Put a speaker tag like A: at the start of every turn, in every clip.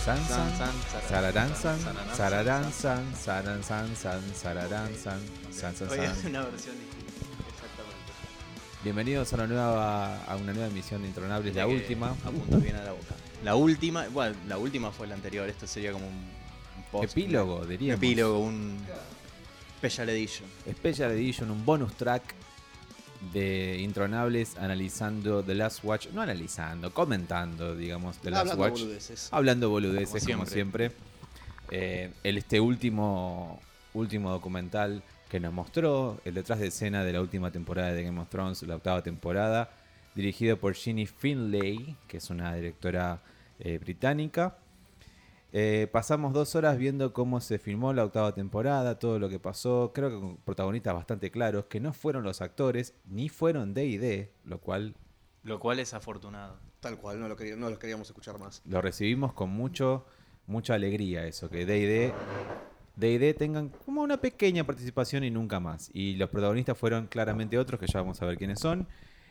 A: san,
B: Sararanzan, sararanzan, sararanzan, sararanzan, san, san,
A: Oye,
B: san.
A: es una versión distinta. Exactamente.
B: Bienvenidos a una nueva a una nueva emisión de Intronables, la
A: Que
B: última.
A: Apunta bien Eh, a la boca. La última, bueno, la última fue la anterior. Esto sería como un, un post.
B: Epílogo,
A: Un
B: diríamos.
A: eh, epílogo, un special edition.
B: Special Edition, un bonus track de Intronables analizando The Last Watch, no analizando, comentando, digamos, The Last
A: Hablando
B: Watch.
A: boludeces.
B: Hablando boludeces
A: Como
B: como siempre. Eh, el- este último último documental que nos mostró, el detrás de escena de la última temporada de Game of Thrones, la octava temporada, dirigido por Ginny Finlay, que es una directora eh, británica. Eh, pasamos dos horas viendo cómo se filmó la octava temporada, todo lo que pasó, creo que con protagonistas bastante claros, que no fueron los actores, ni fueron D&D, lo cual
A: Lo cual es afortunado.
C: Tal cual, no, lo quería- no los queríamos escuchar más.
B: lo recibimos con mucho, mucha alegría eso, que D&D D&D tengan como una pequeña participación y nunca más. Y los protagonistas fueron claramente otros, que ya vamos a ver quiénes son.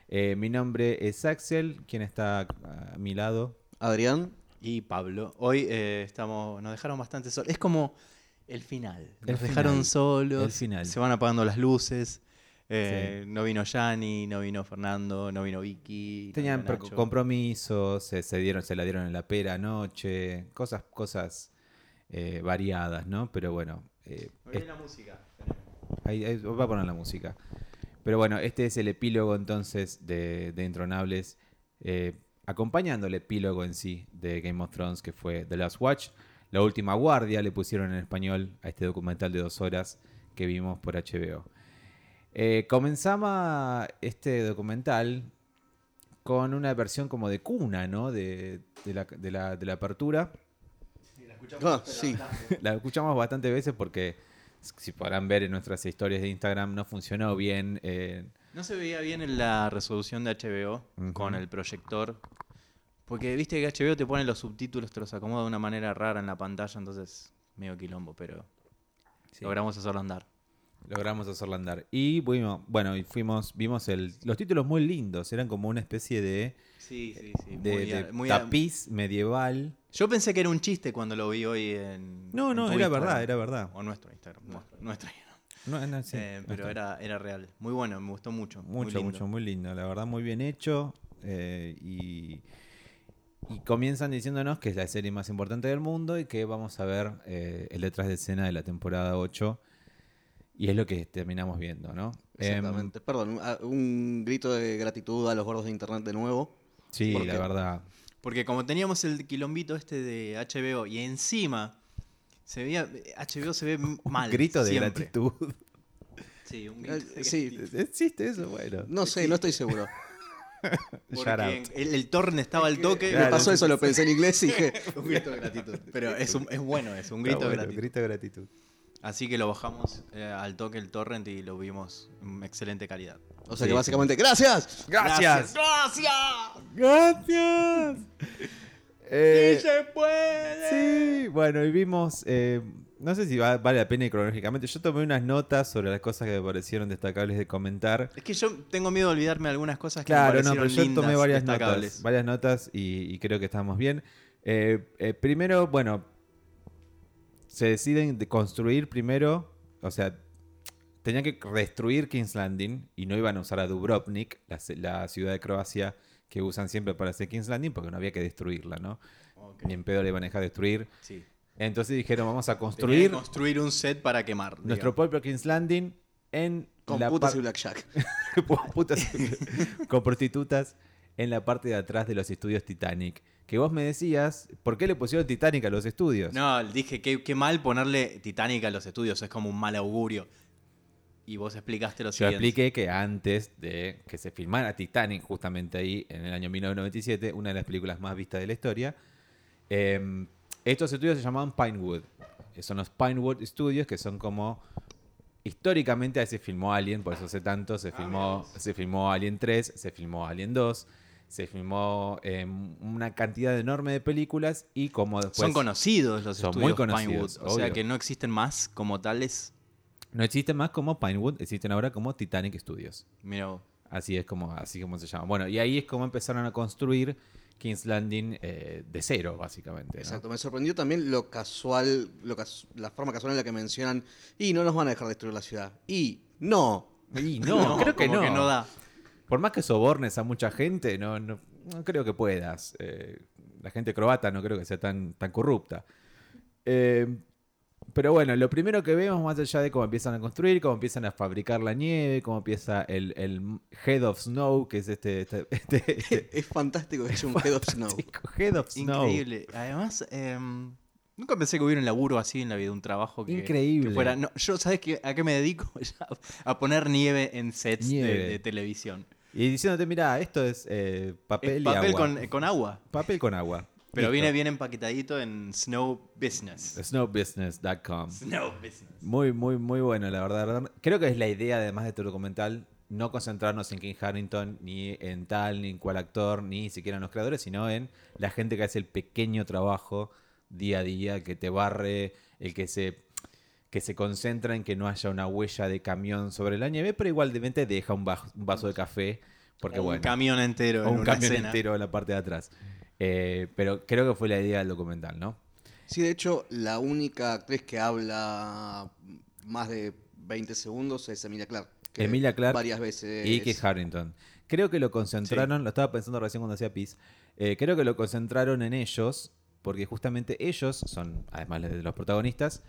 B: Eh, mi nombre es Axel, quien está ah, a mi lado.
A: Adrián y Pablo. Hoy eh, estamos, nos dejaron bastante solos. Es como el final.
B: El final.
A: Nos dejaron solos.
B: El final.
A: Se van apagando las luces. Eh, No vino Yanni, no vino Fernando, no vino Vicky. no
B: Tenían
A: vino
B: pro-
A: Nacho.
B: compromisos, se, se dieron, se la dieron en la pera anoche, cosas, cosas eh, variadas, ¿no? Pero bueno, eh,
A: Muy bien la música.
B: Ahí, ahí va a poner la música. Pero bueno, este es el epílogo entonces de, de Intronables, eh, acompañando el epílogo en sí de Game of Thrones, que fue The Last Watch. La última guardia le pusieron en español a este documental de dos horas que vimos por HBO. Eh, comenzaba este documental con una versión como de cuna, ¿no? De, de la, de la- de la apertura.
C: Ah, sí.
B: La escuchamos bastantes veces porque, si podrán ver en nuestras historias de Instagram, no funcionó bien. eh,
A: No se veía bien en la resolución de HBO
B: Ujú.
A: con el proyector. Porque viste que HBO te pone los subtítulos, te los acomoda de una manera rara en la pantalla, entonces medio quilombo, pero logramos hacerlo andar.
B: Logramos hacerla andar. Y bueno, bueno y fuimos, vimos el, los títulos muy lindos. Eran como una especie de,
A: Sí, sí, sí.
B: de- de tapiz medieval.
A: Yo pensé que era un chiste cuando lo vi hoy en.
B: No,
A: en
B: no,
A: tu
B: era
A: Instagram.
B: verdad, era verdad.
A: O nuestro Instagram. Nuestro, nuestro Instagram.
B: No, no, sí,
A: Eh,
B: no
A: pero
B: está.
A: era, era real. Muy bueno, me gustó mucho. muy
B: Mucho,
A: lindo.
B: mucho, muy lindo. La verdad, muy bien hecho. eh, y, y comienzan diciéndonos que es la serie más importante del mundo y que vamos a ver eh, el detrás de escena de la temporada 8. Y es lo que terminamos viendo, ¿no? Em,
C: Exactamente. Perdón, ah, un grito de gratitud a los gordos de internet de nuevo.
B: Em, sí,
C: ¿Por
B: la
C: qué?
B: verdad.
A: Porque como teníamos el quilombito este de HBO y encima se veía. HBO se ve m- mal.
B: Grito de
A: siempre.
B: gratitud.
A: Sí, un grito. de
C: Eh, sí,
A: gratitud.
B: ¿Existe eso? Bueno.
C: No sé, no estoy seguro.
A: Porque
B: Shout out.
A: el, el torrent estaba al toque.
B: Claro.
C: Me pasó eso, lo pensé en inglés y dije,
A: Un grito de gratitud. Pero es, un- es bueno, es un grito
B: Está
A: de
B: bueno,
A: gratitud.
B: grito de gratitud.
A: Así que lo bajamos eh, al toque el torrent y lo vimos en excelente calidad.
C: o sea
B: Sí,
C: que básicamente, ¡gracias!
B: ¡Gracias!
A: ¡Gracias!
B: ¡Gracias! Eh,
A: ¡Sí se puede!
B: Sí, bueno, y vimos. eh, no sé si va- vale la pena ir cronológicamente. Yo tomé unas notas sobre las cosas que me parecieron destacables de comentar.
A: Es que yo tengo miedo de olvidarme de algunas cosas que
B: Claro,
A: me
B: no, pero
A: parecieron
B: yo tomé
A: lindas,
B: varias
A: destacables.
B: notas. Varias notas y, y creo que estamos bien. Eh, eh, primero, bueno. Se deciden de construir primero. O sea, tenían que destruir King's Landing y no iban a usar a Dubrovnik, la, ce- la ciudad de Croacia que usan siempre para hacer King's Landing, porque no había que destruirla, ¿no?
A: Ok,
B: Ni en pedo le van a dejar destruir.
A: sí.
B: Entonces dijeron, vamos a
A: Tenía
B: construir
A: que construir un set para quemar.
B: nuestro
A: digamos.
B: propio King's Landing en
C: Con
B: la
C: putas
B: par-
C: y blackjack.
B: con putas y- con prostitutas en la parte de atrás de los estudios Titanic. Que vos me decías, ¿por qué le pusieron Titanic a los estudios?
A: No, dije que qué mal ponerle Titanic a los estudios, es como un mal augurio. Y vos explicaste lo
B: Yo
A: siguiente.
B: expliqué que antes de que se filmara Titanic, justamente ahí, en el año 1997, una de las películas más vistas de la historia, eh, estos estudios se llamaban Pinewood. Eh, Son los Pinewood Studios, que son como... Históricamente ahí se filmó Alien, por eso hace tanto, se filmó, se filmó Alien 3, se filmó Alien 2, se filmó eh, una cantidad enorme de películas y como después...
A: son conocidos los
B: pues, son
A: estudios
B: muy conocidos,
A: Pinewood, o sea
B: obvio.
A: que no existen más como tales.
B: No existen más como Pinewood, existen ahora como Titanic Studios.
A: Mira, vos.
B: Así es como, así como se llama. Bueno, y ahí es como empezaron a construir King's Landing eh, de cero, básicamente. ¿no?
C: Exacto, me sorprendió también lo casual, lo cas- la forma casual en la que mencionan, y no nos van a dejar destruir la ciudad. Y no.
B: Y no, creo que
A: como
B: no.
A: que no da.
B: Por más que sobornes a mucha gente, no, no, no creo que puedas. Eh, la gente croata no creo que sea tan, tan corrupta. Eh, pero bueno, lo primero que vemos, más allá de cómo empiezan a construir, cómo empiezan a fabricar la nieve, cómo empieza el, el Head of Snow, que es este, este- este- este
C: Es fantástico, es un Head of Snow.
B: chico, Head of Snow.
A: Increíble. Además, em, nunca pensé que hubiera un laburo así en la vida, un trabajo que,
B: Increíble.
A: que fuera. No, yo, ¿sabes qué- a qué me dedico? Ya, a poner nieve en sets de-
B: Nieve.
A: De, televisión.
B: Y diciéndote, mira, esto es eh, papel,
A: Es
B: y
A: papel
B: agua.
A: con, con agua.
B: Papel con agua.
A: Pero
B: Listo.
A: viene bien empaquetadito en Snow Business.
B: Snowbusiness.com.
A: Snow Business.
B: Muy, muy, muy bueno, la verdad. Creo que es la idea, además de este documental, no concentrarnos en King Harrington, ni en tal, ni en cual actor, ni siquiera en los creadores, sino en la gente que hace el pequeño trabajo día a día, que te barre, el que se, que se concentra en que no haya una huella de camión sobre la nieve, pero igualmente deja un, baj- un vaso de café, porque
A: O un
B: bueno,
A: camión entero.
B: o
A: en
B: un
A: una
B: camión
A: escena.
B: entero en la parte de atrás. Eh, pero creo que fue la idea del documental, ¿no?
C: Sí, de hecho, la única actriz que habla más de 20 segundos es Emilia Clarke. que
B: Emilia Clarke
C: Varias veces.
B: Y que Harrington. Creo que lo concentraron, lo estaba pensando recién cuando hacía PIS, eh, creo que lo concentraron en ellos, porque justamente ellos son, además de los protagonistas,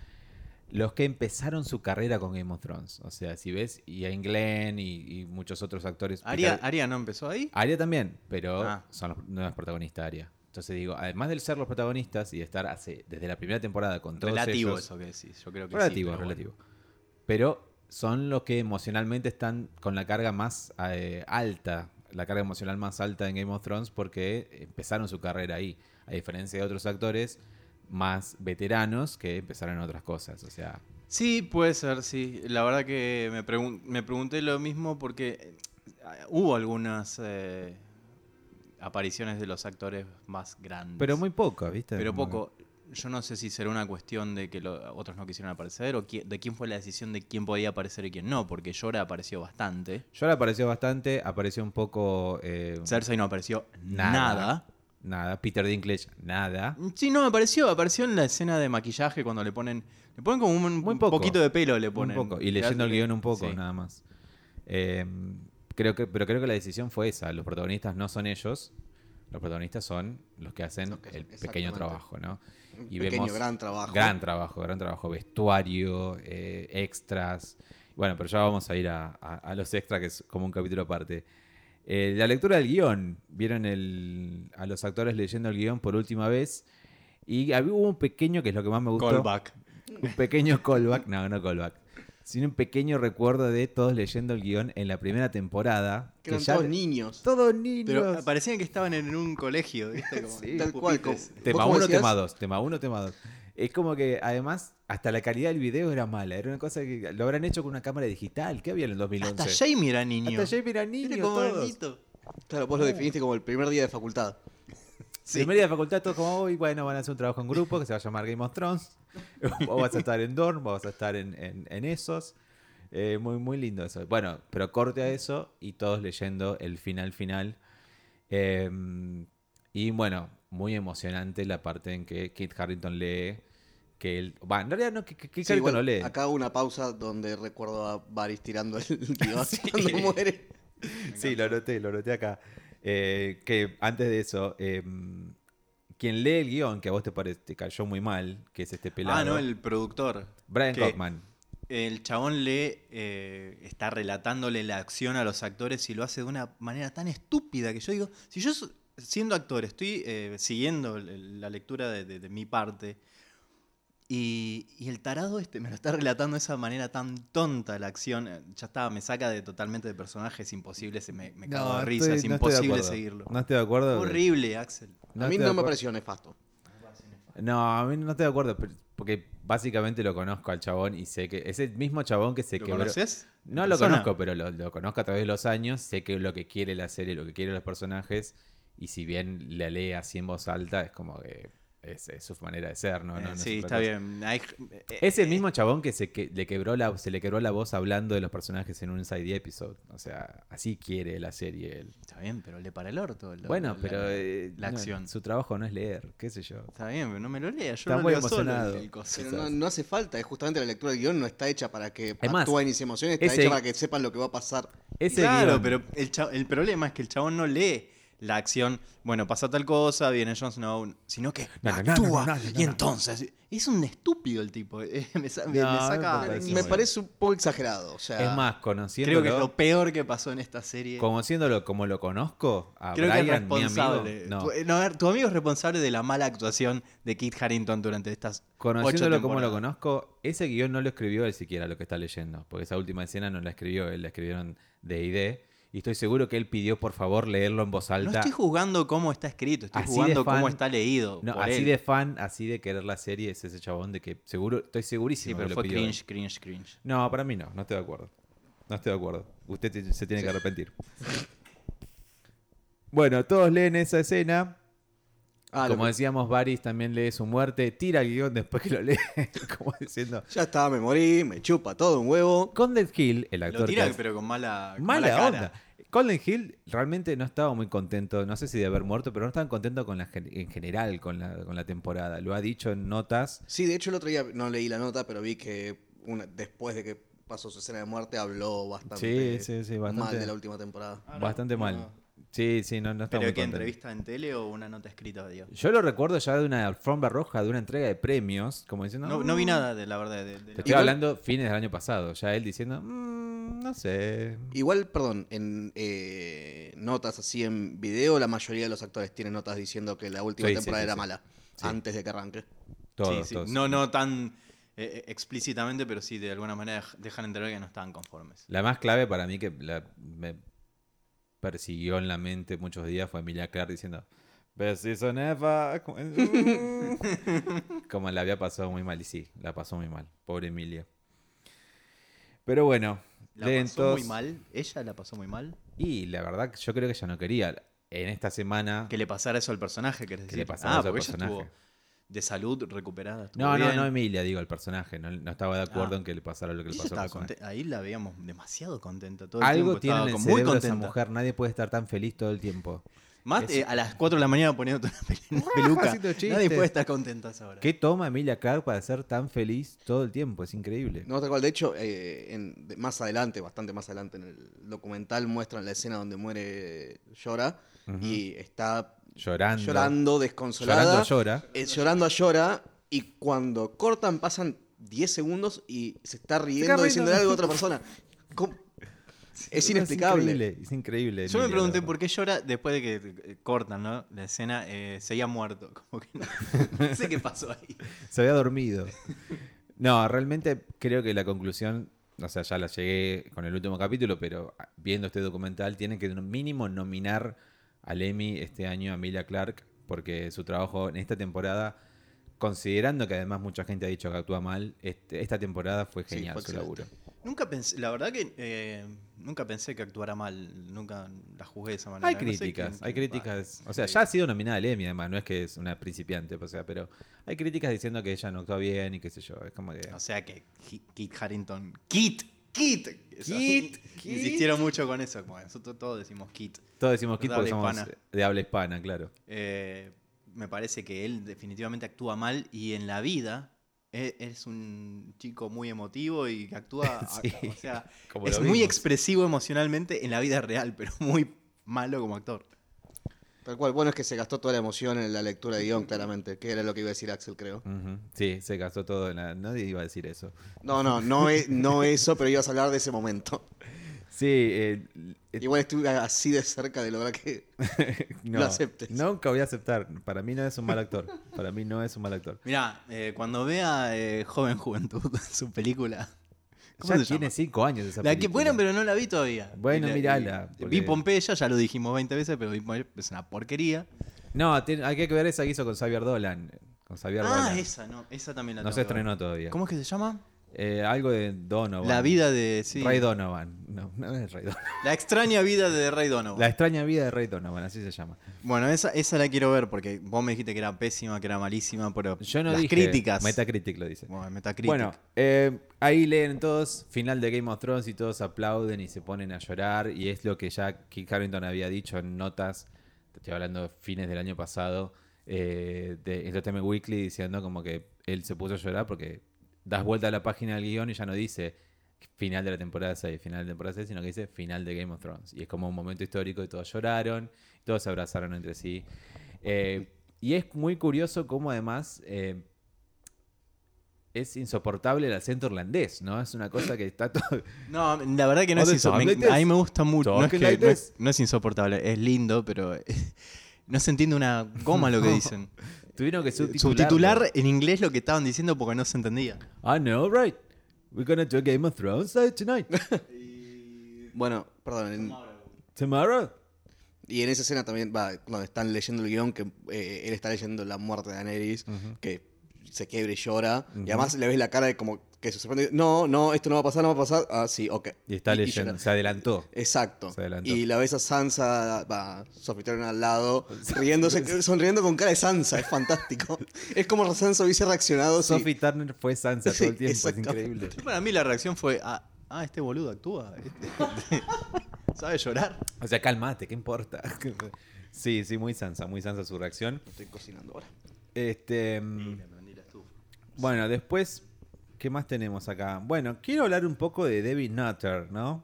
B: los que empezaron su carrera con Game of Thrones. O sea, si ves, Ian Glenn y, y muchos otros actores.
A: Aria,
B: Peter-
A: Aria no empezó ahí.
B: Aria también, pero
A: Ah.
B: son los, no es protagonista Aria. Entonces digo, además de ser los protagonistas y de estar hace, desde la primera temporada con todos
A: relativo
B: ellos-
A: eso que decís. Yo creo que sí,
B: Relativo,
A: pero bueno.
B: relativo. Pero son los que emocionalmente están con la carga más eh, alta, la carga emocional más alta en Game of Thrones porque empezaron su carrera ahí, a diferencia de otros actores más veteranos que empezaron en otras cosas. O sea,
A: Sí, puede ser, sí. La verdad que me, pregun- me pregunté lo mismo porque eh, hubo algunas eh, apariciones de los actores más grandes.
B: mm. pero muy poco, ¿viste?
A: Pero
B: Como
A: poco. Yo no sé si será una cuestión de que lo- otros no quisieron aparecer o qui- de quién fue la decisión de quién podía aparecer y quién no, porque Llora apareció bastante.
B: que- Jorah apareció bastante, apareció un poco... eh,
A: Cersei no apareció
B: Nada.
A: nada.
B: Nada, Peter Dinklage, nada.
A: Sí, no apareció. Apareció en la escena de maquillaje cuando le ponen. Le ponen como un,
B: Muy
A: un
B: poco.
A: poquito de pelo, le
B: Un
A: ponen.
B: poco. Y leyendo el guión un poco,
A: Sí.
B: nada más. Eh, creo que, pero creo que la decisión fue esa. Los protagonistas no son ellos. Los protagonistas son los que hacen
C: Los que-
B: el pequeño
C: exactamente.
B: trabajo, ¿no?
C: Un
B: y
C: pequeño,
B: vemos-
C: gran trabajo.
B: Gran trabajo, gran trabajo. Vestuario, eh, extras. Bueno, pero ya vamos a ir a, a- a los extras, que es como un capítulo aparte. Eh, la lectura del guión. Vieron el- a los actores leyendo el guión por última vez. Y había hubo un pequeño, que es lo que más me gustó
A: Callback.
B: un pequeño callback, no, no callback, sino un pequeño recuerdo de todos leyendo el guión en la primera temporada.
C: Que eran
B: ya-
C: todos niños.
B: Todos niños.
A: Pero parecían que estaban en un colegio, ¿viste? Como
B: Sí.
C: Tal cual.
A: pupites.
C: como- ¿Vos
B: tema
C: cómo
B: 1,
C: decías?
B: tema 2, tema 1, tema 2. Es como que además hasta la calidad del video era mala, era una cosa que lo habrán hecho con una cámara digital, ¿qué había en el 2011?
A: Hasta Jamie era niño.
B: Hasta Jamie era niño,
A: Era como
B: todos.
A: niñito.
C: Claro,
B: Uh.
C: vos lo definiste como el primer día de facultad.
A: Sí.
B: Primer día de facultad, todos como, uy, bueno, van a hacer un trabajo en grupo que se va a llamar Game of Thrones. Vos vas a estar en Dorm, vos vas a estar en, en- en esos. Eh, muy, muy lindo eso. Bueno, pero corte a eso y todos leyendo el final final. Eh, y bueno, muy emocionante la parte en que Kit Harrington lee. Que él. Va, en realidad no, que, que Kit
C: Sí,
B: Harington
C: igual,
B: no lee.
C: acá hubo una pausa donde recuerdo a Varys tirando el guión cuando muere.
B: Sí, lo noté, lo noté acá. Eh, que antes de eso, eh, quien lee el guión, que a vos te, pare- te cayó muy mal, que es este pelado.
A: Ah, no, el productor.
B: Brian
A: que
B: Kaufman.
A: El chabón le eh, está relatándole la acción a los actores y lo hace de una manera tan estúpida que yo digo, si yo so- siendo actor estoy eh, siguiendo el- el- la lectura de, de- de mi parte y, y el tarado este me lo está relatando de esa manera tan tonta la acción, eh, ya estaba, me saca de totalmente de personaje, es imposible, se me, me cago de risa,
B: estoy-
A: es
B: estoy de
A: imposible
B: acuerdo.
A: seguirlo.
B: No estoy de acuerdo.
A: Horrible, Axel.
C: a mí
B: estoy de
C: no me
B: acuerdo.
C: pareció nefasto.
B: No, a mí no estoy de acuerdo, pero- porque básicamente lo conozco al chabón y sé que es el mismo chabón que se
A: ¿Lo
B: quebró.
A: conoces?
B: No
A: ¿En
B: lo
A: persona?
B: conozco, pero lo, lo conozco a través de los años. Sé que lo que quiere la serie, lo que quieren los personajes. Y si bien la lee así en voz alta, es como que. es, es su manera de ser, ¿no?
A: Eh,
B: no, no es
A: sí,
B: otra
A: está
B: cosa.
A: bien. Hay- eh,
B: Es el
A: eh,
B: mismo chabón que se, que- le quebró la, se le quebró la voz hablando de los personajes en un side episode. O sea, así quiere la serie él.
A: Está bien, pero le para el orto. lo-
B: bueno,
A: la-
B: pero
A: La,
B: eh,
A: la
B: no,
A: acción.
B: su trabajo no es leer, qué sé yo.
A: Está bien, pero no me lo lea. Yo
B: Está
A: lo
B: muy
A: leo solo el-
B: emocionado.
A: el coso.
C: Pero
B: Sí,
C: no,
B: sí.
C: no hace falta, es justamente la lectura del guión no está hecha para que
B: Además,
C: actúen y se emocionen, está
B: ese-
C: hecha para que sepan lo que va a pasar.
B: Ese
A: claro,
B: guión-
A: pero el, cha- el problema es que el chabón no lee la acción. Bueno, pasa tal cosa, viene Jon Snow, sino que
B: No, no, no,
A: actúa.
B: no, no, no, no,
A: y
B: no.
A: entonces es un estúpido el tipo. eh, me, sa- me-
B: No,
A: me
B: me
A: saca.
B: parece muy
A: de
C: Me
A: quicio.
B: bueno.
C: parece un poco exagerado, o sea...
B: Es más, conociéndolo,
A: Creo que es lo peor que pasó en esta serie.
B: conociéndolo como lo conozco, a
A: Creo que es
B: Brian, mi amigo,
A: responsable.
B: no.
A: Tu, eh, no, a ver, tu amigo es responsable de la mala actuación de Kit Harrington durante estas.
B: Conociéndolo
A: ocho
B: como lo
A: temporadas.
B: conozco, ese guión no lo escribió él siquiera lo que está leyendo, porque esa última escena no la escribió él, la escribieron de ID. Y estoy seguro que él pidió por favor leerlo en voz
A: No
B: alta.
A: estoy jugando cómo está escrito, estoy
B: Así de
A: jugando cómo
B: fan-
A: está leído.
B: No,
A: por
B: así
A: él.
B: de fan, así de querer la serie es ese chabón de que seguro, estoy segurísimo
A: Sí,
B: que
A: pero
B: lo eh.
A: fue
B: pidió él.
A: cringe, cringe, cringe.
B: No, para mí no, no estoy de acuerdo. No estoy de acuerdo. Usted ti- se tiene que arrepentir. Bueno, todos leen esa escena.
C: Ah, lo
B: Como
C: que-
B: decíamos, Varys también lee su muerte. Tira el guión después que lo lee. Como diciendo.
C: Ya está, me morí, me chupa todo un huevo.
B: Condon Hill, el actor.
A: Lo tira,
B: que hace-
A: pero con mala, con
B: mala
A: cara.
B: onda. Colin Hill realmente no estaba muy contento, no sé si de haber muerto, pero no estaba contento con la, gen- en general con la, con la temporada. Lo ha dicho en notas.
C: Sí, de hecho el otro día no leí la nota, pero vi que una- después de que pasó su escena de muerte habló bastante,
B: Sí, sí, sí,
C: mal
B: bastante.
C: de la última temporada.
A: Ah, no,
B: bastante
A: no,
B: mal.
A: no.
B: Sí, sí, no, no estaba
A: ¿Pero
B: muy
A: qué
B: contento.
A: entrevista en tele o una nota escrita, digo?
B: Yo lo recuerdo ya de una alfombra roja, de una entrega de premios, como diciendo.
A: No, no,
B: "Mm".
A: vi nada de la verdad. de- de-
B: Te
A: de-
B: estoy
C: Igual-
B: hablando fines del año pasado, ya él diciendo, "Mm, no sé.
C: Igual, perdón, en eh, notas así en video, la mayoría de los actores tienen notas diciendo que la última
B: Sí, sí,
C: temporada
B: sí,
C: era
B: sí.
C: mala,
B: Sí.
C: antes de que arranque.
B: Todos,
A: Sí, sí.
B: todos.
A: No, no tan eh, eh, explícitamente, pero sí de alguna manera dej- dejan entender que no estaban conformes.
B: La más clave para mí que la- me persiguió en la mente muchos días fue Emilia Clarke diciendo, "Best season ever". Como la había pasado muy mal, y sí, la pasó muy mal. Pobre Emilia. Pero bueno,
A: La
B: leen
A: pasó muy
B: todos.
A: mal. Ella la pasó muy mal.
B: Y la verdad, que yo creo que ella no quería. En esta semana.
A: Que le pasara eso al personaje, querés
B: Que
A: decir.
B: le pasara
A: ah,
B: eso al
A: porque ella
B: personaje.
A: estuvo de salud recuperada. estuvo
B: No, no,
A: bien.
B: no Emilia, digo, el personaje. No, no estaba de acuerdo
A: Ah.
B: en que le pasara lo que le
A: Ella
B: pasó al
A: estaba
B: personaje.
A: conte- Ahí la veíamos demasiado contenta. Todo el
B: Algo
A: tiempo,
B: tiene en
A: estaba
B: el
A: con-
B: cerebro
A: muy contenta.
B: esa mujer. Nadie puede estar tan feliz todo el tiempo.
A: Más
B: Es-
A: eh, a las 4 de la mañana poniendo una pel- una peluca.
B: haciendo chistes.
A: Nadie puede estar contenta a esa hora.
B: ¿Qué toma Emilia Clarke para ser tan feliz todo el tiempo? Es increíble.
C: No, tal cual. De hecho, eh, en- de- más adelante, bastante más adelante en el documental, muestran la escena donde muere Llora
B: Ujú.
C: y está
B: Llorando.
C: llorando,
B: Llorando
C: desconsolada.
B: llora.
C: eh, llorando a Llora. Y cuando cortan, pasan 10 segundos y se está riendo
B: riendo.
C: diciendo algo a otra persona. ¿Cómo? Es inexplicable.
B: increíble, es increíble.
A: Yo me
B: Emilia,
A: pregunté
B: la verdad.
A: por qué llora después de que eh, cortan ¿no? la escena, eh, seguía muerto. Como que no, no sé qué pasó ahí.
B: Se había dormido. No, realmente creo que la conclusión, o sea, ya la llegué con el último capítulo, pero viendo este documental, tienen que mínimo nominar al Emmy este año a Emilia Clark, porque su trabajo en esta temporada, considerando que además mucha gente ha dicho que actúa mal, este- esta temporada fue
C: Sí,
B: genial
C: fue
B: su
C: excelente.
B: laburo.
A: Nunca pensé, la verdad que eh, nunca pensé que actuara mal, nunca la juzgué de esa manera.
B: Hay
A: No sé
B: críticas,
A: quién-
B: hay
A: quién-
B: críticas.
A: bah,
B: O sea,
A: sí.
B: ya ha sido nominada al Emmy, además, no es que es una principiante, o sea, pero hay críticas diciendo que ella no actúa bien y qué sé yo. Es como que.
A: O sea que Ki- Kit Harrington. Kit, Kit. Eso,
B: Kit,
A: Insistieron mucho con eso. Como nosotros todos decimos Kit.
B: Todos decimos que
A: De
B: porque
A: habla
B: somos
A: hispana.
B: de habla hispana, claro.
A: Eh, me parece que él definitivamente actúa mal y en la vida e- es un chico muy emotivo y que actúa.
B: Sí,
A: o sea,
B: como
A: es
B: lo
A: muy
B: vimos.
A: expresivo emocionalmente en la vida real, pero muy malo como actor.
C: Tal cual. Bueno, es que se gastó toda la emoción en la lectura de guión, claramente. Que era lo que iba a decir Axel, creo.
B: Ujú. Sí, se gastó todo. En la... Nadie iba a decir eso.
C: No, no, no, e- no eso, pero ibas a hablar de ese momento.
B: Sí, eh, eh,
C: Igual estuve así de cerca de lograr que.
B: no,
C: lo aceptes.
B: Nunca voy a aceptar. Para mí no es un mal actor. Para mí no es un mal actor.
A: Mirá, eh, cuando vea eh, Joven Juventud, su película. ¿Cómo
B: Ya
A: se llama?
B: tiene cinco años esa
A: La que,
B: película.
A: bueno, pero no la vi todavía.
B: Bueno,
A: Y la-
B: mirala,
A: y-
B: porque-
A: Vi Pompeya, ya lo dijimos 20 veces, pero vi Pompeya es una porquería.
B: No, tiene- hay que ver esa que hizo con Xavier Dolan. Con Xavier
A: Ah,
B: Dolan.
A: esa, no, esa también la
B: No
A: tengo
B: se
A: que ver.
B: estrenó todavía.
A: ¿Cómo es que se llama?
B: Eh, algo de Donovan.
A: La vida de. sí.
B: Ray Donovan. No, no es Ray Donovan.
A: La extraña vida de Ray Donovan.
B: La extraña vida de Ray Donovan, así se llama.
A: Bueno, esa, esa la quiero ver porque vos me dijiste que era pésima, que era malísima, pero
B: Yo no
A: las
B: dije.
A: críticas.
B: Metacritic lo dice.
A: Bueno, Metacritic.
B: Bueno, eh, ahí leen todos final de Game of Thrones y todos aplauden y se ponen a llorar y es lo que ya Kit Harington había dicho en notas, te estoy hablando de fines del año pasado, eh, de Entertainment Weekly diciendo como que él se puso a llorar porque das vuelta a la página del guión y ya no dice final de la temporada 6, final de la temporada 6, sino que dice final de Game of Thrones. Y es como un momento histórico y todos lloraron, todos se abrazaron entre sí. Eh, y es muy curioso cómo además... eh, es insoportable el acento irlandés, ¿no? Es una cosa que está todo...
A: No, la verdad que no
B: ¿O
A: es
B: de
A: insoportable.
B: Tabletes?
A: A mí me gusta mucho. No es, que, no, es-
B: ¿Tabletes?
A: no es insoportable, es lindo, pero no se entiende una goma lo que dicen.
B: Tuvieron que subtitular.
A: Subtitular en inglés lo que estaban diciendo porque no se entendía.
B: I know, right. We're gonna do a Game of Thrones uh, tonight.
C: Bueno, perdón. en-
B: Tomorrow.
C: y en esa escena también, va, cuando están leyendo el guión, que eh, él está leyendo la muerte de Daenerys, que se quebra y llora. Y además le ves la cara de como que se sorprende. No, no, esto no va a pasar, no va a pasar. Ah, sí, ok.
B: Y está leyendo,
C: llora.
B: se adelantó.
C: Exacto.
B: Se adelantó.
C: Y la ves a Sansa, va, Sofitron al lado, riéndose, sonriendo con cara de Sansa, es fantástico. es como Sansa hubiese reaccionado si-
B: Sophie Turner fue Sansa todo el
C: Sí,
B: tiempo, es
C: exacto.
B: increíble.
A: Para mí la reacción fue, ah, ah, este boludo actúa. Este- ¿Sabe llorar?
B: O sea, calmate, ¿qué importa? sí, sí, muy Sansa, muy Sansa su reacción.
C: Estoy cocinando ahora.
B: Este, mm, bueno, después, ¿qué más tenemos acá? Bueno, quiero hablar un poco de David Nutter, ¿no?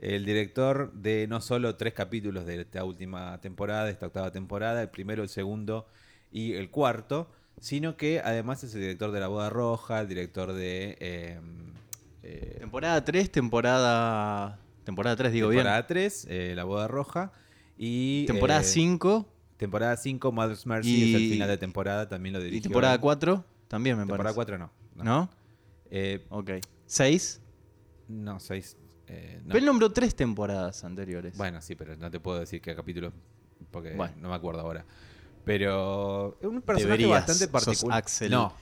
B: El director de no solo tres capítulos de esta última temporada, de esta octava temporada, el primero, el segundo y el cuarto, sino que además es el director de La Boda Roja, el director de... eh, eh,
A: Temporada 3, temporada... Temporada 3, Em, digo
B: temporada 3, La Boda Roja, y...
A: bien. Temporada
B: eh,
A: 5
B: Temporada 5, Mother's Mercy,
A: Y-
B: es el final de temporada, también lo
A: y
B: dirigió.
A: temporada 4 también me
B: Temporada 4
A: parece.
B: no. no.
A: ¿No?
B: Eh,
A: Ok. 6.
B: no, seis. eh, no.
A: Pero él nombró 3 temporadas anteriores.
B: Bueno, sí, pero no te puedo decir qué capítulo, porque
A: Bueno.
B: no me acuerdo ahora. Pero es un personaje
A: Deberías,
B: bastante
A: sos
B: particular.
A: Axel
B: no,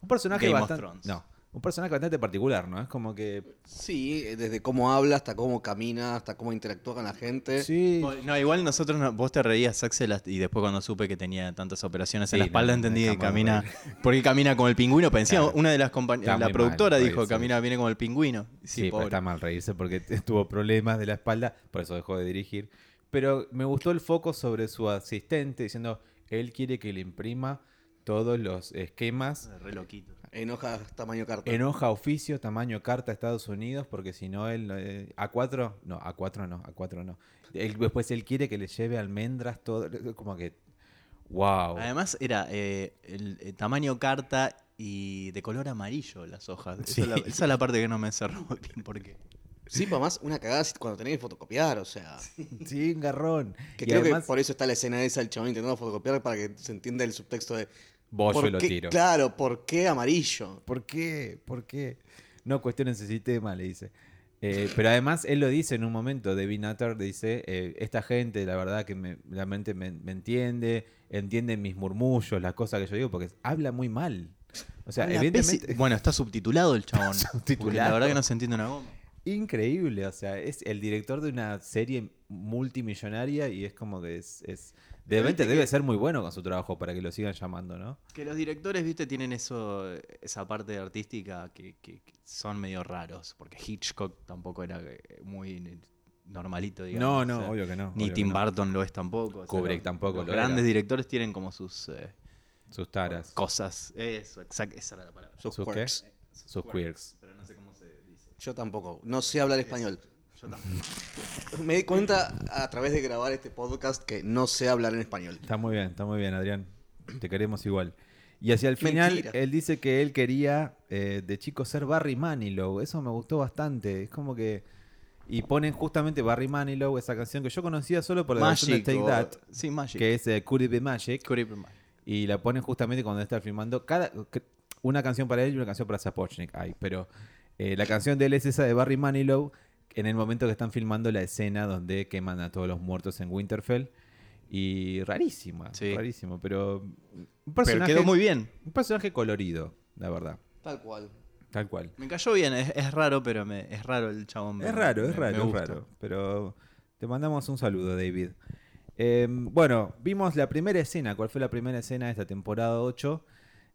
B: un personaje
A: Game of Thrones.
B: bastante. No, un personaje bastante particular, ¿no? Es como que.
C: Sí, eh, desde cómo habla hasta cómo camina, hasta cómo interactúa con la gente.
B: Sí.
A: No, igual nosotros, no- vos te reías, Axel, hasta- y después cuando supe que tenía tantas operaciones en la
B: Sí,
A: espalda,
B: no, no,
A: entendí que
B: dejamos de
A: camina,
B: reír.
A: porque camina como el pingüino, pero encima
B: Claro.
A: una de las
B: Está
A: compañeras, la
B: muy
A: productora
B: mal,
A: dijo,
B: reírse.
A: camina, viene como el pingüino.
B: Sí,
A: Sí,
B: pero
A: pobre.
B: está mal reírse porque tuvo problemas de la espalda, por eso dejó de dirigir. Pero me gustó el foco sobre su asistente, diciendo, él quiere que le imprima todos los esquemas
A: Re loquito.
C: En hojas tamaño carta.
B: En hoja oficio, tamaño carta a Estados Unidos, porque si no, él. eh, A4, no, A4 no, A4 no. Él- después él quiere que le lleve almendras, todo. Como que. ¡Wow!
C: Ah,
A: Además era eh, el, el tamaño carta y de color amarillo las hojas. Esa, es la,
B: Sí.
A: esa es la parte que no me cerró muy bien porque
C: Sí, para más una cagada si- cuando tenés que fotocopiar, o sea.
B: sí, un garrón.
C: em. Que
B: y
C: creo
B: además,
C: que por eso está la escena esa del chabón intentando fotocopiar para que se entienda el subtexto de.
B: vos
C: ¿por
B: Oh, yo lo
C: qué-
B: tiro.
C: Claro, ¿por qué amarillo?
B: ¿Por qué? ¿Por qué? No cuestionen ese sistema, le dice. Eh, pero además él lo dice en un momento, David Nutter dice, eh, esta gente la verdad que me, realmente me, me entiende, entiende mis murmullos, las cosas que yo digo, porque habla muy mal. O sea,
A: Habla
B: evidentemente...
A: pesi- bueno, está subtitulado el chabón. porque La
B: Subtitulado.
A: verdad que no se entiende una goma.
B: Increíble, o sea, es el director de una serie multimillonaria y es como que es... es de repente debe ser muy bueno con su trabajo para que lo sigan llamando, ¿no?
A: Que los directores, viste, tienen eso, esa parte artística que, que- que son medio raros, porque Hitchcock tampoco era eh, muy normalito, digamos. o sea,
B: obvio que no.
A: Ni Tim Burton lo es tampoco. o sea,
B: Kubrick
A: los-
B: tampoco
A: Los
B: lo
A: grandes
B: era.
A: directores tienen como sus eh,
B: Sus taras,
A: cosas. Eso, exacto, esa era la palabra.
C: Sus
B: ¿Sus qué?
C: quirks.
B: sus quirks.
A: Pero no sé cómo se dice.
C: Yo tampoco. No sé hablar español. Me di cuenta a través de grabar este podcast que no sé hablar en español.
B: Está muy bien, está muy bien, Adrián. Te queremos igual. Y hacia el final,
C: Mentira.
B: él dice que él quería eh, de chico ser Barry Manilow. Eso me gustó bastante. Es como que. Y ponen justamente Barry Manilow, esa canción que yo conocía solo por la versión de
A: Magic.
B: Take
A: o-
B: That,
A: Sí, Magic.
B: que es eh, Could It Be Magic.
A: Could it be magic.
B: Y la ponen justamente cuando está filmando. Cada, cre- una canción para él y una canción para Zapochnik hay. Pero eh, la canción de él es esa de Barry Manilow. En el momento que están filmando la escena donde queman a todos los muertos en Winterfell. Y rarísima,
A: Sí.
B: rarísimo. Pero, un
A: Pero
B: personaje,
A: quedó muy bien.
B: un personaje colorido, la verdad.
C: Tal cual.
B: Tal cual.
A: Me cayó bien, es, es raro, pero me, es raro el chabón. me-
B: Es raro, es
A: me- me
B: raro, es
A: gusta.
B: raro. Pero te mandamos un saludo, David. Eh, bueno, vimos la primera escena. ¿Cuál fue la primera escena de esta temporada 8?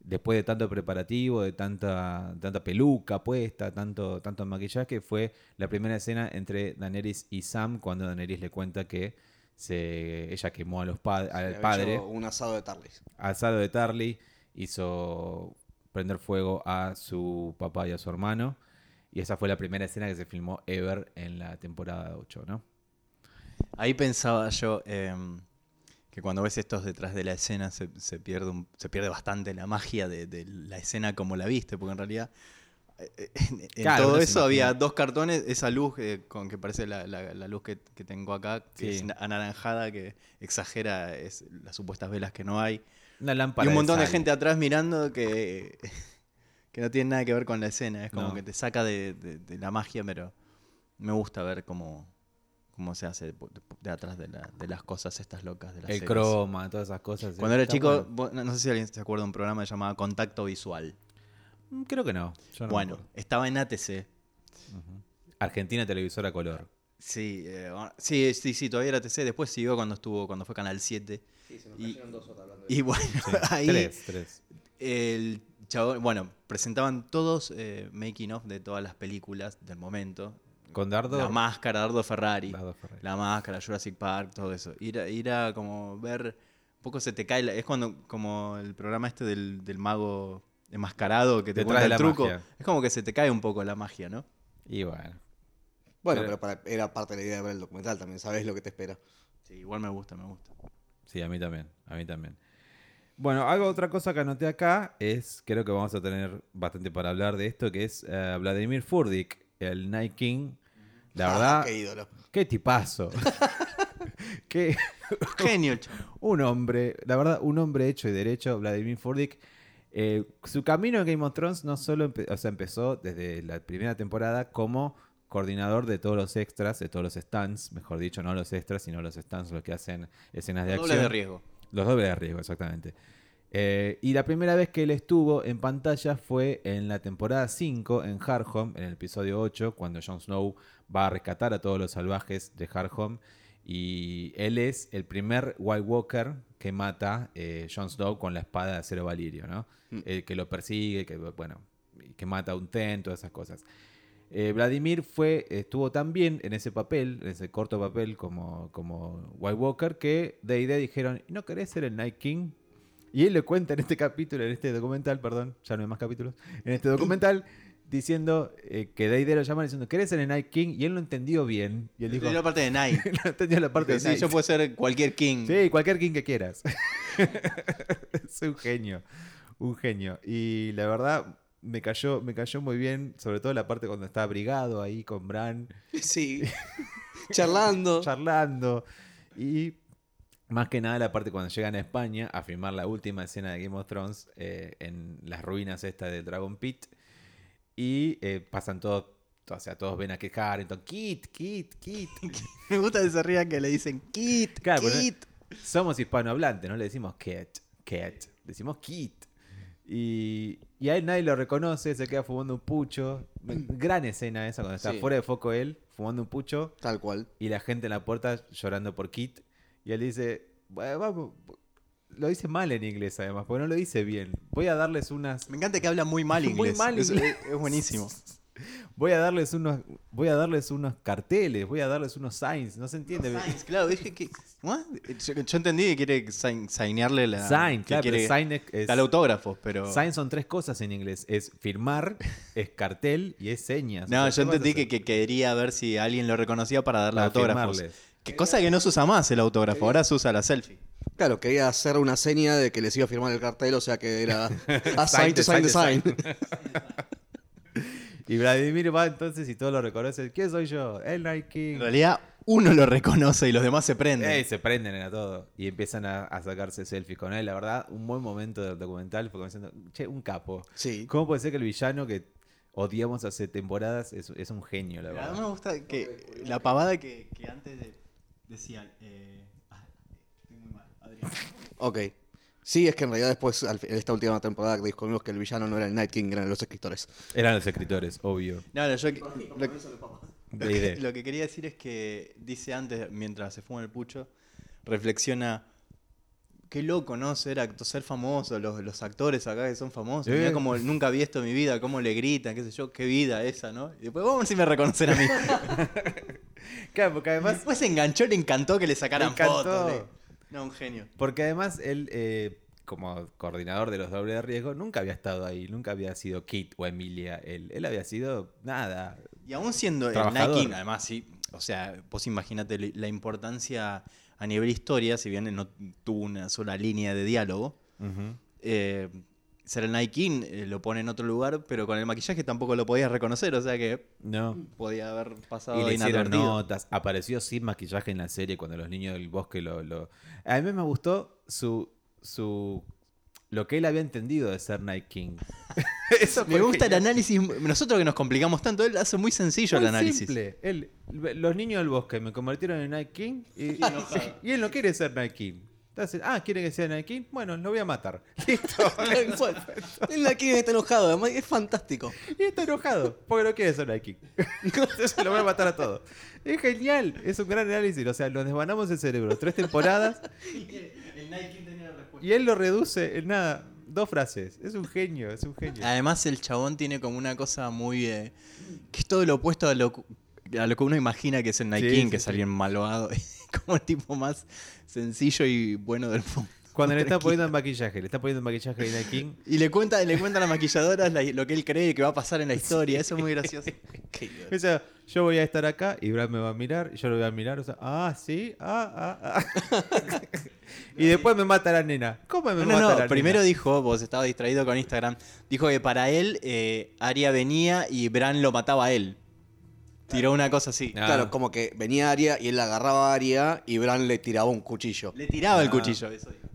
B: Después de tanto preparativo, de tanta, tanta peluca puesta, tanto, tanto maquillaje, fue la primera escena entre Daenerys y Sam cuando Daenerys le cuenta que se, ella quemó a los pa-
C: Había
B: al
C: hecho
B: padre
C: Un asado de Tarlis.
B: alzado de Tarly hizo prender fuego a su papá y a su hermano. Y esa fue la primera escena que se filmó ever en la temporada 8, ¿no?
A: Ahí pensaba yo eh, que cuando ves estos detrás de la escena se, se pierde, un- se pierde bastante la magia de, de la escena como la viste, porque en realidad eh, eh, en, en
B: Claro,
A: todo
B: uno se
A: eso había
B: imagina.
A: dos cartones, esa luz eh, con que parece la, la- la luz que, que tengo acá, que
B: Sí.
A: es anaranjada, que exagera es, las supuestas velas que no hay.
B: Una lámpara.
A: y un montón de,
B: sal.
A: gente atrás mirando que, que no tiene nada que ver con la escena. Es como
B: No.
A: que te saca de, de- de la magia, pero me gusta ver cómo, cómo se hace de, de atrás de, la- de las cosas estas locas de las
B: El
A: series.
B: croma, todas esas cosas.
A: Cuando era
B: Está
A: chico,
B: bueno.
A: vos- no no sé si alguien se acuerda de un programa llamado Contacto Visual.
B: Mm, Creo que no. Yo no me
A: bueno,
B: acuerdo.
A: estaba en ATC.
B: Argentina Televisora Color.
A: Sí, eh, sí, sí, sí, todavía era ATC. Después siguió cuando estuvo, cuando fue Canal 7.
C: Sí, se
A: nos Y- cayeron
C: dos otras hablando
A: Y bueno, ahí
B: Tres, tres.
A: El chabón, bueno, presentaban todos eh, making of de todas las películas del momento.
B: Con Dardo.
A: La máscara, Dardo Ferrari.
B: Dardo Ferrer.
A: La máscara, Jurassic Park, todo eso. Ir a, ir a como ver. Un poco se te cae. la- es cuando, como el programa este del, del mago enmascarado que te
B: Detrás
A: cuenta
B: de
A: el
B: la
A: truco.
B: magia.
A: Es como que se te cae un poco la magia, ¿no?
B: Y bueno.
C: Bueno,
B: Pero-
C: pero para- era parte de la idea de ver el documental también, sabes lo que te espera.
A: Sí, igual me gusta, me gusta.
B: Sí, a mí también, a mí también. Bueno, algo otra cosa que anoté acá es, creo que vamos a tener bastante para hablar de esto, que es eh, Vladimir Furdik, el Night King. La
C: Ah,
B: verdad,
C: Qué ídolo.
B: qué tipazo. qué,
A: Genio, chabón.
B: un hombre, la verdad, un hombre hecho y derecho, Vladimir Furdik. Eh, su camino en Game of Thrones no solo empe- o sea, empezó desde la primera temporada como coordinador de todos los extras, de todos los stands, mejor dicho, no los extras, sino los stands, los que hacen escenas de
A: Doble
B: acción.
A: de riesgo.
B: Los dobles de riesgo, exactamente. Eh, y la primera vez que él estuvo en pantalla fue en la temporada 5 en Hardhome, en el episodio 8, cuando Jon Snow va a rescatar a todos los salvajes de Hardhome. Y él es el primer White Walker que mata eh, Jon Snow con la espada de acero valirio, ¿no?
C: Mm.
B: El que lo persigue, que, bueno, que mata a un ten, todas esas cosas. Eh, Vladimir fue, estuvo tan bien en ese papel, en ese corto papel como, como White Walker, que D&D dijeron, ¿no querés ser el Night King? Y él lo cuenta en este capítulo, en este documental, perdón, ya no hay más capítulos, en este documental, diciendo eh, que D&D lo llaman diciendo, ¿querés ser el Night King? Y él lo entendió bien. Y él dijo,
A: Yo la parte de Nike.
B: no entendió la parte de
A: sí,
B: Night.
A: yo puedo ser cualquier king.
B: Sí, cualquier king que quieras. es un genio. Un genio. Y la verdad, me cayó, me cayó muy bien, sobre todo la parte cuando está abrigado ahí con Bran,
C: Sí. Charlando.
B: charlando. Y más que nada la parte cuando llegan a España a filmar la última escena de Game of Thrones eh, en las ruinas esta de Dragon Pit. Y eh, pasan todos, o sea, todos ven a que Harrington, Kit, Kit, Kit.
A: Me gusta que se rían que le dicen Kit,
B: Claro, Ah, pero no-
A: Kit.
B: somos hispanohablantes, no le decimos cat, cat, decimos kit. Y, y a él nadie lo reconoce, se queda fumando un pucho. Gran escena esa, cuando está
C: Sí.
B: fuera de foco él, fumando un pucho,
C: Tal cual.
B: y la gente en la puerta llorando por kit. Y él dice, "Bueno, vamos, lo dice mal en inglés además, porque no lo dice bien. Voy a darles unas...
A: Me encanta que habla muy mal inglés.
B: Muy mal
A: Es-
B: inglés.
A: Es, es buenísimo.
B: Voy a darles unos, voy a darles unos carteles, voy a darles unos signs, no se entiende. bien.
A: Signs, claro, dije que. ¿what? Yo, yo entendí que quiere sign- signearle la.
B: Sign,
A: que
B: claro, pero
A: quiere
B: sign es- es-
A: tal autógrafos, pero.
B: Sign son tres cosas en inglés. Es firmar, es cartel y es señas. O
A: no,
B: sea,
A: yo
B: ¿qué vas a
A: entendí que,
B: hacer?
A: que quería ver si alguien lo reconocía para darle
B: Para
A: autógrafos.
B: firmarles.
A: Que cosa que no se usa más el autógrafo, ahora se usa la selfie.
C: Claro, quería hacer una seña de que les iba a firmar el cartel, o sea que era. A
A: Ah,
B: Sign the
C: sign to sign the
B: sign
C: sign.
B: the Y Vladimir va entonces y todos lo reconocen. ¿Quién soy yo? El Nike.
A: En realidad, uno lo reconoce y los demás se prenden.
B: Eh, se prenden a todo. Y empiezan a, a sacarse selfies con él. La verdad, un buen momento del documental fue como diciendo, che, un capo.
C: Sí.
B: ¿Cómo puede ser que el villano que odiamos hace temporadas es, es un genio, la
A: Además me
B: verdad?
A: gusta que la pavada que, que antes de- decían. eh, ah, estoy muy mal, Adrián.
C: Ok. Sí, es que en realidad después, al fi- en esta última temporada, descubrimos que el villano no era el Night King, eran los escritores.
B: Eran los escritores, obvio.
A: No, no, yo que- lo, lo
B: De
A: que,
B: idea.
A: lo que quería decir es que dice antes, mientras se fuma el pucho, reflexiona. Qué loco, ¿no? Ser, acto, ser famoso, los, los actores acá que son famosos.
B: Eh.
A: Mirá como nunca vi esto en mi vida, cómo le gritan, qué sé yo, qué vida esa, ¿no? Y después, vamos a ver si me reconocen a mí.
B: Claro, porque además,
A: después se enganchó, le encantó que le sacaran
B: Le encantó.
A: fotos. le- No, un genio.
B: porque además él, eh, como coordinador de los dobles de riesgo, nunca había estado ahí, nunca había sido Kate o Emilia. Él, él había sido nada.
A: Y aún siendo el
B: Trabajador.
A: Nike, además, sí. O sea, vos imagínate li- la importancia a nivel historia, si bien no tuvo una sola línea de diálogo. eh, ser el Nike King, eh, lo pone en otro lugar, pero con el maquillaje tampoco lo podías reconocer, o sea que
B: No.
A: podía haber pasado
B: Y le hicieron
A: inadvertido.
B: notas. Apareció sin maquillaje en la serie cuando los niños del bosque lo. lo- A mí me gustó su. su lo que él había entendido de ser Night King. Eso
A: Me
B: fue
A: gusta el
B: genial.
A: análisis, nosotros que nos complicamos tanto, él hace muy sencillo
B: Muy
A: el análisis.
B: simple. Él, los niños del bosque me convirtieron en Night King y, y él no quiere ser Night King. Entonces, ah, ¿quiere que sea Night King? Bueno, lo voy a matar. Listo.
C: el Night King está enojado, además es fantástico.
B: y está enojado porque no quiere ser Night King. Entonces lo voy a matar a todos. Es genial. Es un gran análisis. O sea, nos desbanamos el cerebro. Tres temporadas
A: El Nike King tenía la respuesta.
B: y él lo reduce en nada. Dos frases. Es un genio, es un genio.
A: Además el chabón tiene como una cosa muy... eh, que es todo lo opuesto a lo, cu- a lo que uno imagina que es el Nike
B: Sí,
A: King,
B: sí,
A: que es
B: sí.
A: alguien malvado, como el tipo más sencillo y bueno del mundo.
B: Cuando le está
A: Tranquilo.
B: poniendo el maquillaje, le está poniendo el maquillaje de Night King.
A: Y le cuenta, le cuenta a las maquilladoras la- lo que él cree que va a pasar en la historia. Eso es muy gracioso.
B: O sea, yo voy a estar acá y Brad me va a mirar, y yo lo voy a mirar, o sea, ah, sí, ah, ah, ah. y después me mata la nena. ¿Cómo me
A: No,
B: mata
A: no,
B: la
A: no. Primero
B: nena?
A: dijo, vos estabas distraído con Instagram, dijo que para él eh, Aria venía y Bran lo mataba a él. Tiró una cosa así.
B: Ah.
C: Claro, como que venía Aria y él agarraba a Aria y Bran le tiraba un cuchillo.
A: Le tiraba el
B: Ah.
A: cuchillo. Eso dijo.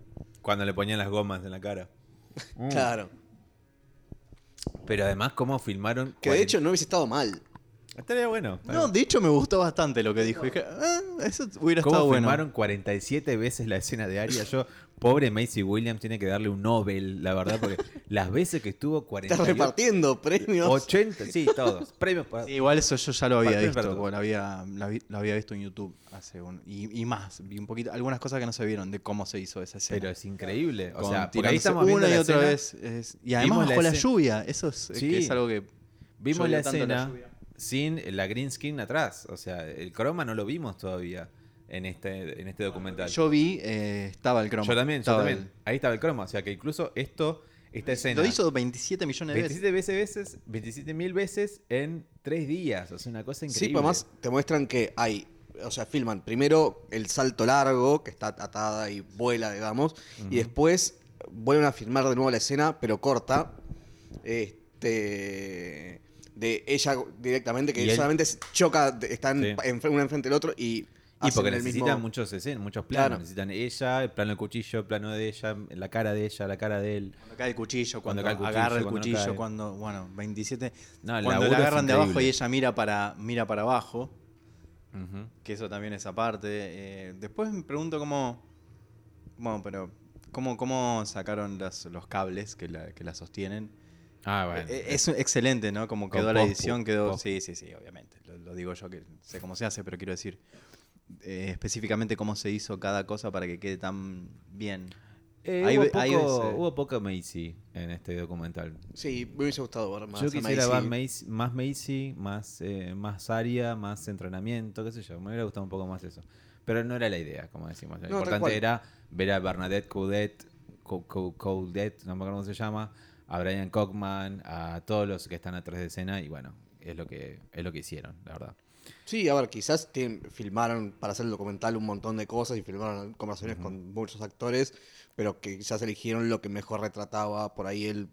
B: Cuando le ponían las gomas en la cara. Uh.
C: Claro.
B: Pero además, ¿cómo filmaron?
C: Que de hecho no hubiese estado mal.
B: Estaría bueno.
A: No, de hecho me gustó bastante lo que dijo. Dije, "Ah, eso hubiera estado
B: ¿Cómo
A: bueno.
B: filmaron 47 veces la escena de Aria? Yo, pobre Macy Williams, tiene que darle un Nobel, la verdad, porque las veces que estuvo
C: Está
B: 48...
C: repartiendo premios.
B: 80, sí, todos. Premios para...
A: Sí, igual eso yo ya lo había
B: Partido
A: visto,
B: invertido.
A: porque lo había, la vi- lo había visto en YouTube hace un, y, y más, vi un poquito, algunas cosas que no se vieron de cómo se hizo esa escena.
B: Pero es increíble. O
A: Con-
B: sea, porque ahí
A: tirándose
B: estamos viendo
A: una y
B: la
A: otra
B: escena-
A: vez. es- y además
B: Vimos la
A: bajo la,
B: escena-
A: lluvia. Eso es, es que
B: Sí.
A: es algo que.
B: Vimos
A: llovió
B: la
A: tanto en
B: escena
A: lluvia.
B: sin la green skin atrás. O sea, el croma no lo vimos todavía en este, en este documental.
A: Yo vi, eh, estaba el croma.
B: Yo también, yo
A: Estaba
B: también.
A: el-
B: Ahí estaba el croma. O sea, que incluso esto, esta escena.
A: Lo hizo 27 millones de veces.
B: 27 veces, veces 27 mil veces en tres días. O sea, una cosa increíble.
C: Sí,
A: pues
C: pero además te muestran que hay, o sea, filman primero el salto largo, que está atada y vuela, digamos, y después vuelven a filmar de nuevo la escena, pero corta, este, de ella directamente, que
B: Y él-
C: solamente se choca, de- están
B: Sí.
C: enf- una enfrente del otro y...
B: Y
C: hacen
B: porque
C: el
B: necesitan
C: mismo-
B: muchos escenas, muchos planos.
C: Claro.
B: Necesitan ella, el plano del cuchillo, el plano de ella, la cara de ella, la cara de él.
A: Cuando cae el cuchillo,
B: Cuando
A: cuando,
B: cae el cuchillo,
A: agarra el
B: cuando
A: cuchillo,
B: cae.
A: cuando. Bueno, 27.
B: No, el
A: cuando
B: laburo
A: la
B: es
A: agarran de abajo
B: increíble.
A: y ella mira para, mira para abajo.
B: Ujú.
A: Que eso también es aparte. eh, después me pregunto cómo. Bueno, pero. ¿Cómo, cómo sacaron las- los cables que la, que la sostienen?
B: Ah, bueno.
A: Eh, Es excelente, ¿no? Como
B: Con
A: quedó la
B: pospu,
A: edición, quedó...
B: pospu.
A: Sí, sí, sí, obviamente. Lo, lo digo yo que sé cómo se hace, pero quiero decir eh, específicamente cómo se hizo cada cosa para que quede tan bien.
B: Eh,
A: ahí
B: hubo,
A: ve-
B: poco,
A: ahí ves, eh.
B: hubo poco Macy en este documental.
C: Sí, me hubiese gustado ver más.
B: Yo
C: a
B: quisiera
C: Maisie.
B: ver Macy- más Macy, más, eh, más área, más entrenamiento, qué sé yo. Me hubiera gustado un poco más eso. Pero no era la idea, como decimos. Lo
C: No, tal cual.
B: importante era ver a Bernadette Coudet, Co- Co- Coudet, no me acuerdo cómo se llama, a Brian Cockman, a todos los que están atrás de escena y bueno, es lo que, es lo que hicieron, la verdad.
C: Sí, a ver, quizás tienen- filmaron para hacer el documental un montón de cosas y filmaron conversaciones con muchos actores, pero que quizás eligieron lo que mejor retrataba por ahí el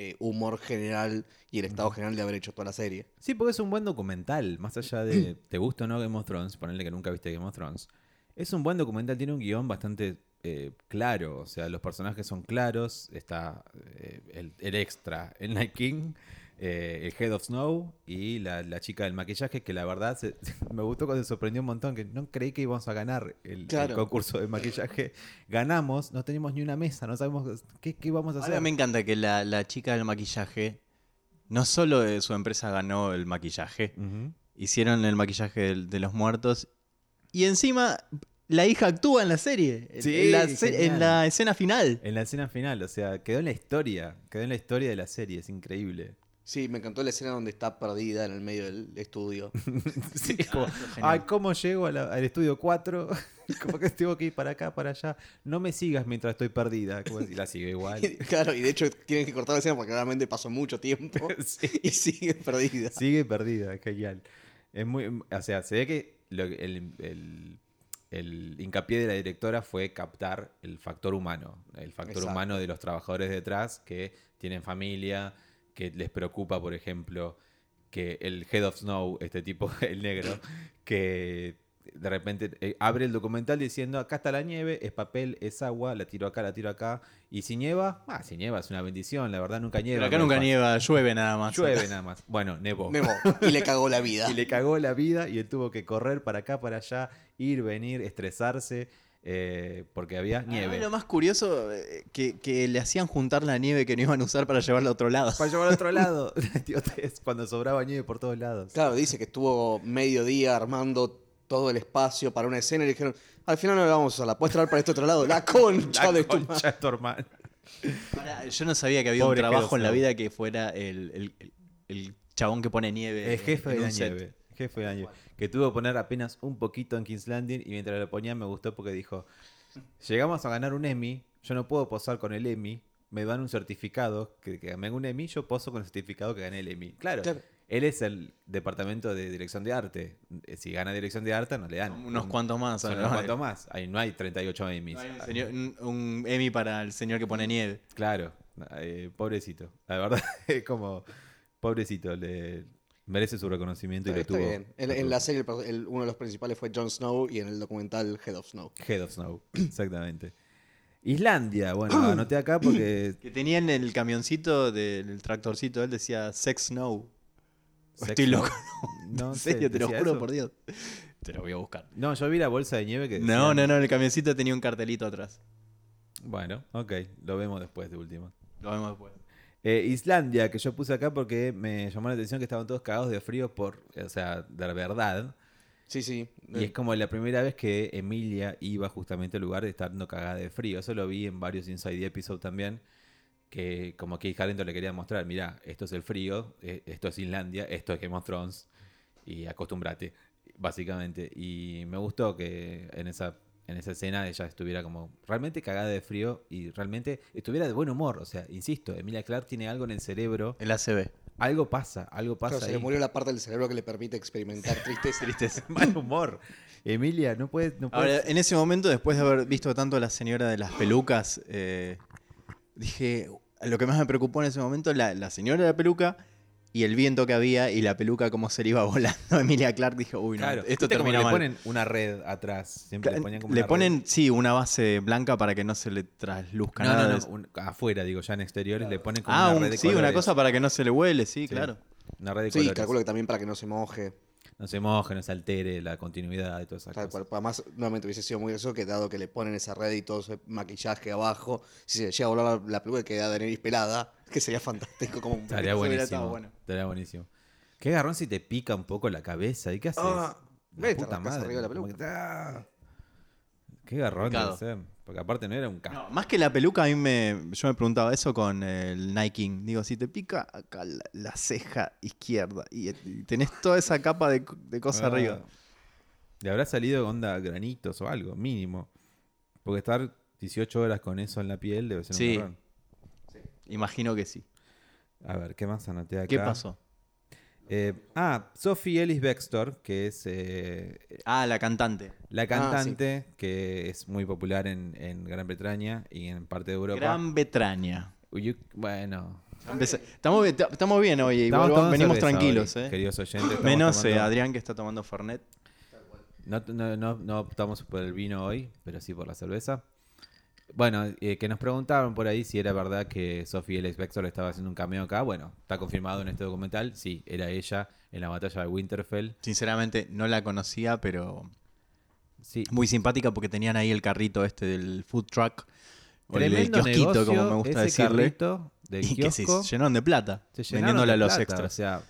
C: eh, humor general y el estado general de haber hecho toda la serie.
B: Sí, porque es un buen documental. Más allá de te gusta o no Game of Thrones, ponerle que nunca viste Game of Thrones. Es un buen documental, tiene un guión bastante eh, claro. O sea, los personajes son claros. Está eh, el, el extra, el Night King. eh, el Head of Snow y la, la chica del maquillaje, que la verdad se- me gustó cuando se sorprendió un montón, que no creí que íbamos a ganar el, el
C: Claro.
B: concurso de maquillaje. Ganamos, no teníamos ni una mesa, no sabemos qué, qué íbamos a hacer.
A: Ahora me encanta que la, la chica del maquillaje, no solo de su empresa ganó el maquillaje,
B: Ujú.
A: hicieron el maquillaje del- de, los muertos y encima la hija actúa en la serie, en-
B: Sí,
A: en, la, se- en
B: genial.
A: la escena final.
B: En la escena final, o sea, quedó en la historia, quedó en la historia de la serie, es increíble.
C: Sí, me encantó la escena donde está perdida en el medio del estudio.
B: Sí, como, ay, ¿cómo llego a la- al estudio 4? Como que tengo que ir para acá, para allá. No me sigas mientras estoy perdida. Como si la sigo igual.
C: claro, y de hecho tienen que cortar la escena porque claramente pasó mucho tiempo
B: Sí.
C: y sigue perdida.
B: Sigue perdida, genial. Es muy, o sea, se ve que lo- el, el- el hincapié de la directora fue captar el factor humano, el factor
C: Exacto.
B: humano de los trabajadores detrás que tienen familia, que les preocupa, por ejemplo, que el Head of Snow, este tipo, el negro, que de repente eh, abre el documental diciendo, acá está la nieve, es papel, es agua, la tiro acá, la tiro acá, y si nieva, ah, si nieva es una bendición, la verdad nunca nieva.
A: Pero acá
B: me
A: nunca
B: pasa.
A: nieva, llueve nada más.
B: Llueve nada más. Bueno, nevó.
C: Memo, y le cagó la vida.
B: Y le cagó la vida y él tuvo que correr para acá, para allá, ir, venir, estresarse, eh, porque había
A: Ah,
B: nieve.
A: lo más curioso, eh, que, que le hacían juntar la nieve que no iban a usar para llevarla a otro lado.
B: Para llevar al otro lado. La idiotez, cuando sobraba nieve por todos lados.
C: Claro, dice que estuvo medio día armando todo el espacio para una escena y le dijeron, al final no la vamos a usar, la puedes traer para este otro lado. La concha
B: La
C: de tu madre.
B: concha de tu hermano.
A: Pará, yo no sabía que había
B: Pobre
A: un trabajo
B: Hedo
A: en la
B: Snow.
A: vida que fuera el, el- el- el chabón que pone nieve.
B: El jefe
A: Eh, en
B: de
A: un
B: la
A: set.
B: nieve. Jefe de la nieve. Que tuvo que poner apenas un poquito en King's Landing y mientras lo ponía me gustó porque dijo, llegamos a ganar un Emmy, yo no puedo posar con el Emmy, me dan un certificado que, que gané un Emmy, yo poso con el certificado que gané el Emmy. Claro.
C: Claro.
B: Él es el departamento de dirección de arte. Eh, Si gana dirección de arte, no le dan.
A: Unos cuantos más.
B: Son
A: ¿no?
B: unos cuantos más. Ahí no hay 38 Emmys.
A: No hay un, señor- un- un Emmy para el señor que pone nieve.
B: Claro. Eh, pobrecito. La verdad, es como... Pobrecito. Le, merece su reconocimiento y lo
C: Está
B: tuvo.
C: bien. En,
B: Lo
C: en
B: tuvo.
C: la serie el- el- uno de los principales fue Jon Snow y en el documental Head of Snow.
B: Head of Snow, exactamente. Islandia, bueno, lo anoté acá porque.
A: Que tenía en el camioncito del tractorcito, él decía Sex Snow. Estoy
B: Sexo-
A: loco.
B: No,
A: en
B: sé,
A: serio, te lo
B: ¿decía
A: juro
B: eso?
A: por Dios. Te lo voy a buscar.
B: No, yo vi la bolsa de nieve que.
A: No,
B: decían-
A: no, no, el camioncito tenía un cartelito atrás.
B: Bueno, ok, lo vemos después de último.
A: Lo vemos después.
B: Eh, Islandia, que yo puse acá porque me llamó la atención que estaban todos cagados de frío por. O sea, de la verdad.
C: Sí, sí.
B: Y es como la primera vez que Emilia iba justamente al lugar de estar no cagada de frío. Eso lo vi en varios Inside Episodes también. Que como que Harrington le quería mostrar, mirá, esto es el frío, eh, esto es Islandia, esto es Game of Thrones. Y acostúmbrate, básicamente. Y me gustó que en esa, en esa escena ella estuviera como realmente cagada de frío y realmente estuviera de buen humor. O sea, insisto, Emilia Clark tiene algo en el cerebro.
A: El ACB.
B: Algo pasa, algo
C: Claro,
B: pasa.
C: se le
B: ahí.
C: murió la parte del cerebro que le permite experimentar tristeza.
A: Tristeza.
B: Mal humor. Emilia, no puedes... No puedes-
A: Ahora, en ese momento, después de haber visto tanto a la señora de las pelucas, eh, dije, lo que más me preocupó en ese momento, la, la señora de la peluca y el viento que había y la peluca como se le iba volando a Emilia Clark. Dije, uy, no,
B: Claro,
A: esto
B: ¿viste cómo
A: termina
B: le
A: mal.
B: ponen una red atrás. Siempre le ponían como
A: le
B: una
A: ponen, sí, una base blanca para que no se le trasluzca
B: red. No, no,
A: nada. de
B: no,
A: eso.
B: un- afuera, digo, ya en exteriores le ponen como
A: ah,
B: una
A: un-
B: red de
A: sí, una
B: colores.
A: cosa para que no se le huele, sí,
B: Sí,
A: claro.
B: Una red de
C: Sí,
B: colores.
C: calculo que también para que no se moje.
B: No se moje, no se altere la continuidad y todas esas
C: Tal
B: cosas.
C: cual. Además, nuevamente hubiese sido muy gracioso que dado que le ponen esa red y todo ese maquillaje abajo, si se llega a volar la, la peluca queda Daenerys pelada, que sería fantástico como un
B: Estaría
A: Eso hubiera
B: buenísimo.
A: estado bueno.
B: Estaría buenísimo. Qué garrón si te pica un poco la cabeza. ¿Y qué haces?
C: Ah,
B: la
C: eh, te
B: puta
C: rascas
B: madre.
C: arriba de la
B: como que- ¡Ah! Qué garrón debe
A: Picado.
B: ser. Porque aparte no era un casco.
A: No, más que la peluca, a mí me, yo me preguntaba eso con el Nike. Digo, si te pica acá la, la ceja izquierda y, y tenés toda esa capa de, co- de cosa
B: Ah.
A: arriba.
B: Le habrá salido onda granitos o algo, mínimo. Porque estar 18 horas con eso en la piel debe ser
A: Sí.
B: un garrón.
A: Imagino que sí.
B: A ver, ¿qué más anoté acá?
A: ¿Qué pasó?
B: Eh, ah, Sophie Ellis Bextor, que es eh,
A: Ah, la cantante.
B: la
C: sí.
B: cantante que es muy popular en, en Gran Bretaña y en parte de Europa.
A: Gran Betraña.
B: Uy, bueno.
A: Empecé- Estamos, bien- estamos bien hoy,
B: Estamos
A: igual
B: tomando
A: venimos
B: cerveza
A: tranquilos.
B: hoy,
A: eh.
B: Queridos oyentes. estamos
A: Menos eh,
B: tomando-
A: Adrián que está tomando Fernet.
B: No, no, no, no optamos por el vino hoy, pero sí por la cerveza. Bueno, eh, que nos preguntaron por ahí si era verdad que Sophie Alex Bextor estaba haciendo un cameo acá. Bueno, está confirmado en este documental. Sí, era ella en la batalla de Winterfell.
A: Sinceramente, no la conocía, pero
B: Sí,
A: muy simpática porque tenían ahí el carrito este del food truck. O el del
B: Tremendo
A: kiosquito,
B: negocio,
A: como me gusta
B: ese
A: decirle.
B: carrito de
A: Y que se
B: kiosco.
A: llenaron de plata.
B: Se llenaron
A: vendiéndole
B: de
A: a los
B: plata, O
A: extras.
B: sea,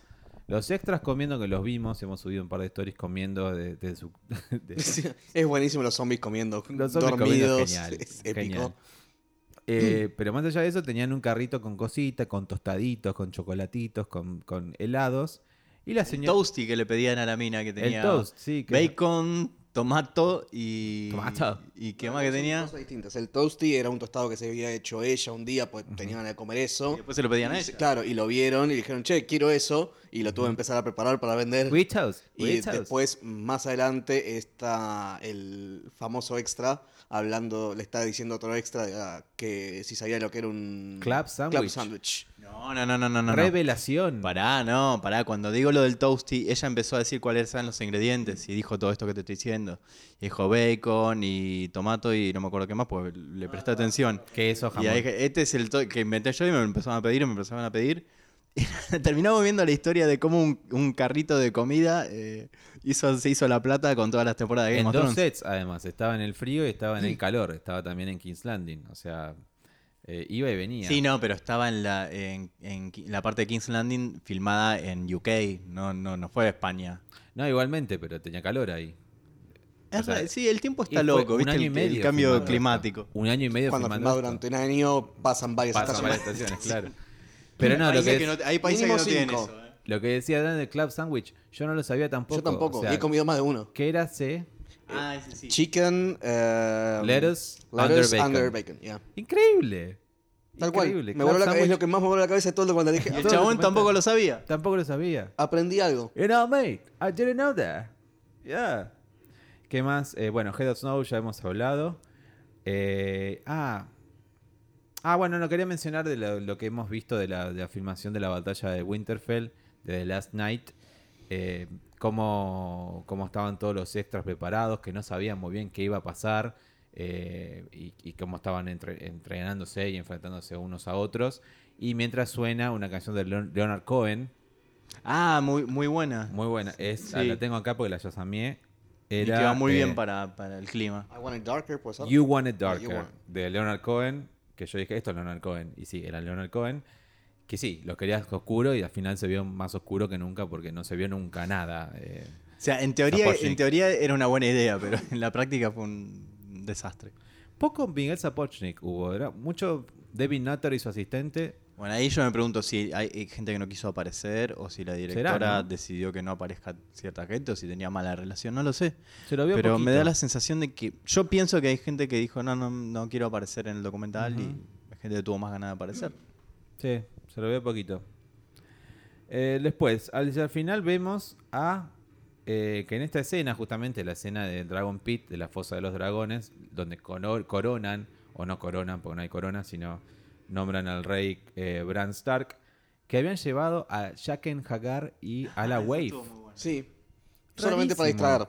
B: los extras comiendo que los vimos, hemos subido un par de stories comiendo de, de su. de-
C: Sí, es buenísimo los zombies comiendo.
B: los hombres comiendo,
C: dormidos.
B: genial,
C: es épico.
B: genial.
A: Mm.
B: Eh, pero más allá de eso, tenían un carrito con cositas, con tostaditos, con chocolatitos, con, con helados. Y la
A: El
B: señora.
A: toasty que le pedían a la mina que tenía.
B: el toast, sí. que-
A: Bacon, tomato y.
B: Tomato.
A: ¿Y qué más que tenía?
C: Cosas distintas. El toasty era un tostado que se había hecho ella un día, pues tenían que comer
A: Y
C: eso.
A: después se lo pedían a
C: Y-
A: ella.
C: Claro, y lo vieron y dijeron, che, quiero eso. Y lo tuve que empezar a preparar para vender.
B: Wheat toast.
C: Y
B: wheat toast.
C: después, más adelante, está el famoso extra hablando, le está diciendo otro extra ah, que si sabía lo que era un
B: Club sandwich.
C: sandwich.
A: No, no, no, no, no. no.
B: Revelación.
A: Pará, no, pará. Cuando digo lo del toasty, ella empezó a decir cuáles eran los ingredientes y dijo todo esto que te estoy diciendo. Y dijo bacon y tomato y no me acuerdo qué más, pues le presté atención.
B: Que eso jamás.
A: Y ahí dije, este es el to- que inventé yo y me lo empezaron a pedir, me empezaron a pedir. Terminamos viendo la historia de cómo un, un carrito de comida eh, hizo, se hizo la plata con todas las temporadas de Game
B: En
A: of
B: dos
A: Thrones.
B: sets, además. Estaba en el frío y estaba en
A: Mm.
B: el calor. Estaba también en King's Landing. O sea, eh, iba y venía.
A: Sí, no, pero estaba en la, en, en Ki- la parte de King's Landing filmada en UK, no, no, no fue a España.
B: No, igualmente, pero tenía calor ahí.
A: Es
B: O sea,
A: ra- sí, el tiempo
B: Y
A: está
B: fue
A: loco,
B: un
A: ¿viste?
B: año
A: El,
B: y
A: el
B: medio
A: cambio
B: filmando esto.
A: climático.
B: Un año y medio
C: Cuando
B: filmando
C: filmás
B: esto.
C: durante un año, pasan varias
B: Pasan varias
C: estaciones.
B: estaciones, claro. Pero no, lo
A: Países
B: que,
A: que
B: es-
A: no- hay países que
C: mínimo
A: no tienen
C: cinco.
A: eso. ¿eh?
B: lo que decía Dan del Club Sandwich, yo no lo sabía tampoco.
C: Yo tampoco,
B: O sea,
C: y he comido más de uno.
B: ¿Qué era C?
A: Ah, ese sí.
C: Chicken, eh,
B: Lettuce,
C: lettuce
B: under bacon.
C: under bacon, yeah.
B: Increíble.
C: Tal cual.
B: Increíble.
C: Me
B: Club
C: voló la, es
B: Sandwich,
C: lo que más me voló la cabeza de todo cuando dije,
A: Y el
B: Todo lo
A: chabón
B: que
A: tampoco
B: cuentan.
A: lo sabía.
B: Tampoco lo sabía.
C: "Ah, aprendí algo.
B: You know, mate, I didn't know that. Yeah. ¿Qué más? Eh, bueno, Head of Snow ya hemos hablado. Eh, ah. Ah, bueno, no quería mencionar de lo, lo que hemos visto de la, de la filmación de la batalla de Winterfell, de The Last Night. eh, cómo, cómo estaban todos los extras preparados, que no sabían muy bien qué iba a pasar. eh, y, y cómo estaban entre- entrenándose y enfrentándose unos a otros. Y mientras suena una canción de Leon- Leonard Cohen,
A: Ah, muy, muy buena.
B: muy buena. Es, ah,
A: Sí.
B: La tengo acá porque la yasameé.
A: Y
B: Era,
A: que va muy
B: eh,
A: bien para, Ah, para el clima.
C: I want it darker, pues.
B: You Want It
C: You
B: Darker,
C: Want-
B: de Leonard Cohen. Que yo dije, esto es Leonard Cohen. Y sí, era Leonard Cohen. Que sí, lo querías oscuro y al final se vio más oscuro que nunca porque no se vio nunca nada. eh.
A: O sea, en teoría,
B: Zapochnik.
A: en teoría era una buena idea, pero en la práctica fue un desastre.
B: Poco Miguel Sapochnik hubo. Era mucho David Nutter y su asistente.
A: Bueno, ahí yo me pregunto si hay hay gente que no quiso aparecer o si la directora
B: ¿Será, no?
A: decidió que no aparezca cierta gente o si tenía mala relación, no lo sé.
B: Se lo vio
A: Pero me
B: poquito.
A: da la sensación de que yo pienso que hay gente que dijo, no, no, no quiero aparecer en el documental
B: Ujú.
A: y hay gente que tuvo más ganas de aparecer.
B: Sí, se lo veo poquito. Eh, después, al, al final vemos a eh, que en esta escena, justamente la escena de Dragon Pit, de la fosa de los dragones, donde cono- coronan, o no coronan, porque no hay corona, sino nombran al rey eh, Bran Stark, que habían llevado a Jaqen Hagar y
C: Ah,
B: a la Wave.
C: Sí. Solamente para
B: Rarísimo.
C: distraer.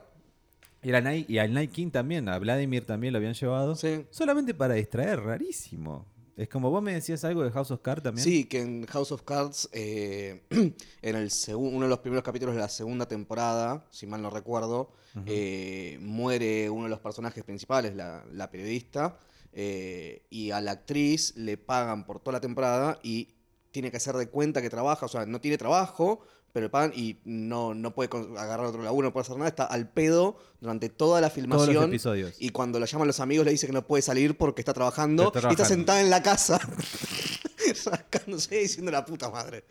B: Y, a Nai- y al Night King también, a Vladimir también lo habían llevado.
C: Sí.
B: Solamente para distraer, rarísimo. Es como vos me decías algo de House of Cards también.
C: Sí, que en House of Cards, eh, en el segu- uno de los primeros capítulos de la segunda temporada, si mal no recuerdo, eh, muere uno de los personajes principales, la, la periodista, eh, y a la actriz le pagan por toda la temporada y tiene que hacer de cuenta que trabaja, o sea, no tiene trabajo, pero le pagan y no, no puede con- agarrar otro laburo, no puede hacer nada, está al pedo durante toda la
B: Todos los
C: filmación.
B: episodios.
C: Y cuando la llaman los amigos le dice que no puede salir porque está trabajando,
B: Está
C: y está
B: trabajando.
C: sentada en la casa rascándose y diciendo la puta madre.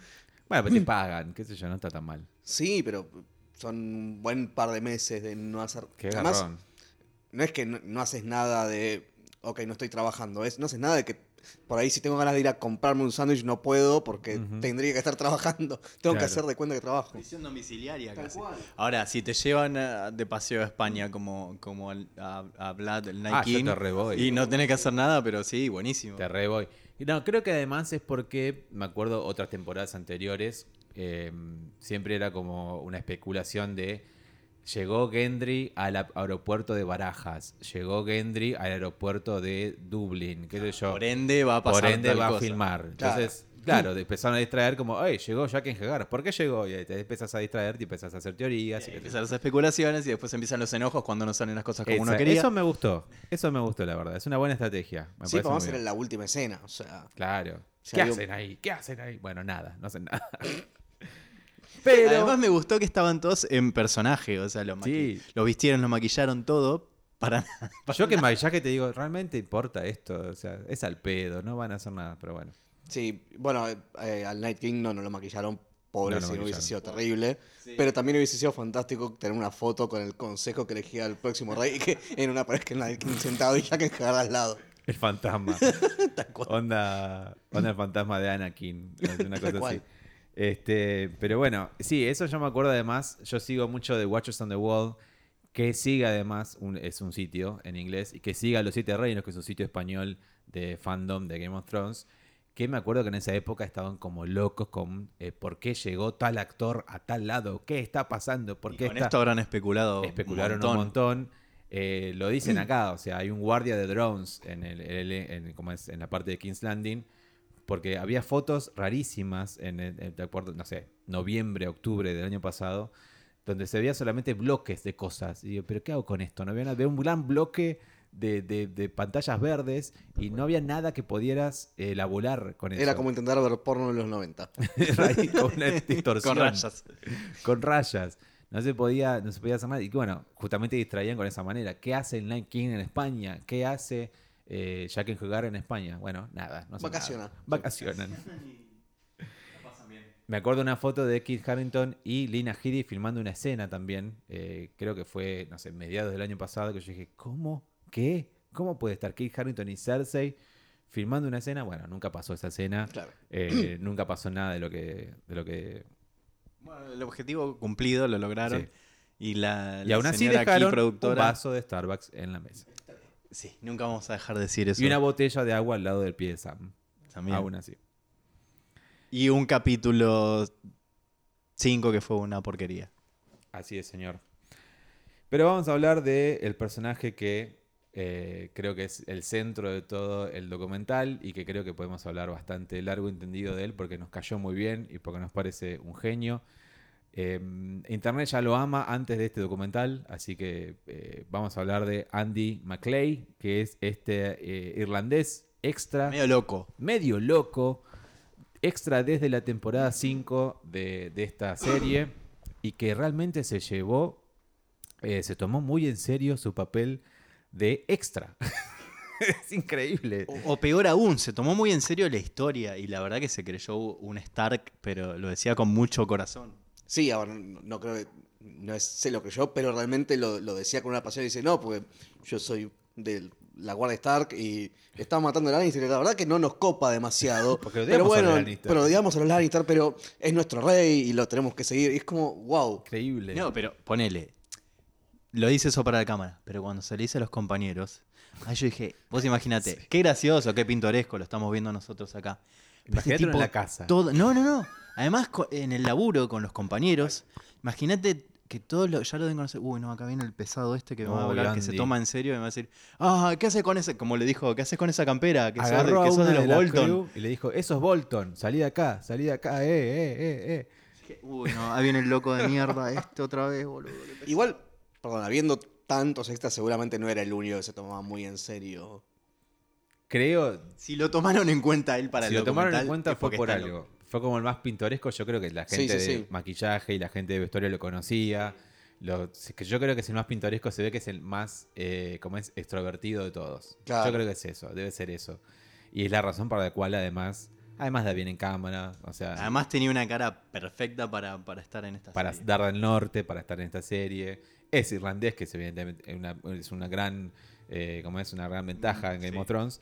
B: Bueno, pero te pagan, qué sé yo, no está tan mal.
C: Sí, pero son un buen par de meses de no hacer...
B: Qué
C: Además,
B: garrón.
C: no es que no, no haces nada de... Ok, no estoy trabajando. Es, no haces nada de que... Por ahí si tengo ganas de ir a comprarme un sándwich no puedo porque
B: Ujú.
C: tendría que estar trabajando. Tengo
B: Claro.
C: que hacer de cuenta que trabajo.
A: Prisión domiciliaria
C: Tal
A: casi.
C: cual.
A: Ahora, si te llevan a- de paseo a España como, como al- a, a Vlad, el Nike,
B: Ah, yo te re voy.
A: y no tenés que hacer nada, pero sí, buenísimo.
B: Te re voy. Y No, creo que además es porque, me acuerdo otras em, temporadas anteriores, eh, siempre era como una especulación de Llegó Gendry al a- aeropuerto de Barajas. Llegó Gendry al aeropuerto de Dublín. ¿Qué sé yo?
A: Por ende va a pasar
B: Por ende
A: tal
B: va a
A: cosa.
B: filmar. Entonces, claro, te empezaron a distraer como, hey, llegó Jack Hagar. ¿Por qué llegó? Y ahí te empezás a distraerte y empezás a hacer teorías. y qué sé yo.
A: Empiezan las especulaciones y después empiezan los enojos cuando no salen las cosas como uno
B: Esa-
A: quería.
B: Eso me gustó. Eso me gustó, la verdad. Es una buena estrategia. Me
C: Sí,
B: parece
C: pero vamos
B: muy
C: a
B: bien.
C: la última escena. O sea,
B: Claro.
C: Si
B: ¿Qué
C: hay un-
B: hacen ahí? ¿Qué hacen ahí? Bueno, nada, no hacen nada.
A: Pero... Además me gustó que estaban todos en personaje, o sea, los, maqui-
B: Sí.
A: los vistieron, los maquillaron todo para nada.
B: Yo que en maquillaje te digo, realmente importa esto. O sea, es al pedo, no van a hacer nada, pero bueno.
C: sí, bueno, eh, al Night King no, no lo maquillaron. Pobre,
B: No lo
C: si no hubiese
B: maquillaron.
C: sido terrible. Pero también hubiese sido fantástico tener una foto con el consejo que elegía el próximo rey y que en una pared que el Night King sentado y Jack Hagar al lado.
B: El fantasma. onda, onda el fantasma de Anakin. Una
C: Tal
B: cosa así.
C: cual.
B: Este, pero bueno, sí, eso yo me acuerdo además. Yo sigo mucho de Watchers on the Wall, que sigue además, un- es un sitio en inglés, y que siga Los Siete Reinos, que es un sitio español de fandom de Game of Thrones. Que me acuerdo que en esa época estaban como locos con eh, por qué llegó tal actor a tal lado, qué está pasando, por
A: Y
B: qué
A: con
B: está
A: esto habrán especulado
B: especularon
A: un montón.
B: un montón. Eh, lo dicen acá, o sea, hay un guardia de drones en, el, el- en- ¿cómo es? en la parte de King's Landing, porque había fotos rarísimas en el, en el aeropuerto, no sé, noviembre, octubre del año pasado, donde se veía solamente bloques de cosas. Y digo, ¿pero qué hago con esto? No había nada, había un gran bloque de, de- de pantallas verdes y no había nada que pudieras elaborar con eso.
C: Era como intentar ver porno en los 90.
B: Ahí, con una distorsión
A: Con rayas.
B: con rayas. No se podía, no se podía hacer nada. Y que, bueno, justamente distraían con esa manera. ¿Qué hace el Night King en España? ¿Qué hace eh, Jack en Jugar en España? Bueno, nada. No hacen nada.
C: Vacaciona.
B: Vacacionan. Me acuerdo una foto de Kit Harrington y Lina Headey filmando una escena también. eh, creo que fue, no sé, mediados del año pasado. Que yo dije, ¿cómo? ¿Qué? ¿Cómo puede estar Kit Harrington y Cersei filmando una escena? Bueno, nunca pasó esa escena.
C: Claro.
B: Eh, nunca pasó nada de lo que, de lo que
A: Bueno, el objetivo cumplido lo lograron.
B: Sí.
A: Y la,
B: Y
A: la
B: aún así
A: señora aquí,
B: dejaron un
A: productora.
B: vaso de Starbucks en la mesa.
A: Sí, nunca vamos a dejar de decir eso.
B: Y una Ah, botella de agua al lado del pie de Sam.
A: también.
B: Aún así.
A: Y un capítulo 5 que fue una porquería.
B: Así es, señor. Pero vamos a hablar del el personaje que eh, creo que es el centro de todo el documental y que creo que podemos hablar bastante largo y entendido de él porque nos cayó muy bien y porque nos parece un genio. Eh, Internet ya lo ama antes de este documental, así que eh, vamos a hablar de Andy McClay, que es este eh, irlandés extra.
A: Medio loco.
B: medio loco, extra desde la temporada 5 de, de esta serie, y que realmente se llevó, eh, se tomó muy en serio su papel de extra. es increíble.
A: O, o peor aún, se tomó muy en serio la historia y la verdad que se creyó un Stark, pero lo decía con mucho corazón.
C: Sí, ahora no, no creo que. No es, sé lo que yo, pero realmente lo, lo decía con una pasión y dice: No, porque yo soy de la Guardia Stark y estamos matando a Lannister. La verdad que no nos copa demasiado.
B: Porque odiamos
C: pero
B: a los
C: bueno,
B: Lannister.
C: pero odiamos a los Lannister, pero es nuestro rey y lo tenemos que seguir. Y es como, wow.
B: Increíble.
A: No, pero ponele. Lo dice eso para la cámara, pero cuando se le dice a los compañeros, ahí yo dije, vos imagínate, qué gracioso, qué pintoresco lo estamos viendo nosotros acá. Pero este
B: Imagínatelo en la casa.
A: todo- no, no, no. Además, co- en el laburo con los compañeros, imagínate que todos lo- ya lo deben conocer. Uy, no, acá viene el pesado este que me va a
B: Uy,
A: hablar, que se
B: Andy.
A: toma en serio y me va a decir, ah, ¿qué haces con ese? Como le dijo, ¿qué haces con esa campera? Que sos de-
B: Agarró
A: que
B: a
A: sos
B: uno
A: de
B: de
A: los
B: la
A: Bolton.
B: crew y le dijo, eso es Bolton, salí de acá, salí de acá, eh, eh, eh, eh.
A: Dije, Uy, no, ahí viene el loco de mierda, este otra vez, boludo. qué pesado".
C: Igual, perdón, habiendo tantos extras, seguramente no era el único que se tomaba muy en serio.
B: Creo,
A: Si lo tomaron en cuenta él para
B: si
A: el
B: lo tomaron en
A: documental,
B: cuenta
A: es
B: fue
A: porque
B: por
A: está
B: algo.
A: loco.
B: Fue como el más pintoresco, yo creo que la
C: Sí,
B: gente
C: sí,
B: de
C: sí.
B: maquillaje y la gente de vestuario lo conocía. Lo- es que yo creo que es el más pintoresco, se ve que es el más, eh, como es, extrovertido de todos.
C: Claro.
B: Yo creo que es eso, debe ser eso. Y es la razón para la cual además, además da bien en cámara, o sea,
A: Además tenía una cara perfecta para, para estar en esta
B: para
A: serie.
B: dar al norte, para estar en esta serie. Es irlandés, que es evidentemente una, es una gran, eh, como es, una gran ventaja en Game
A: Sí.
B: of Thrones.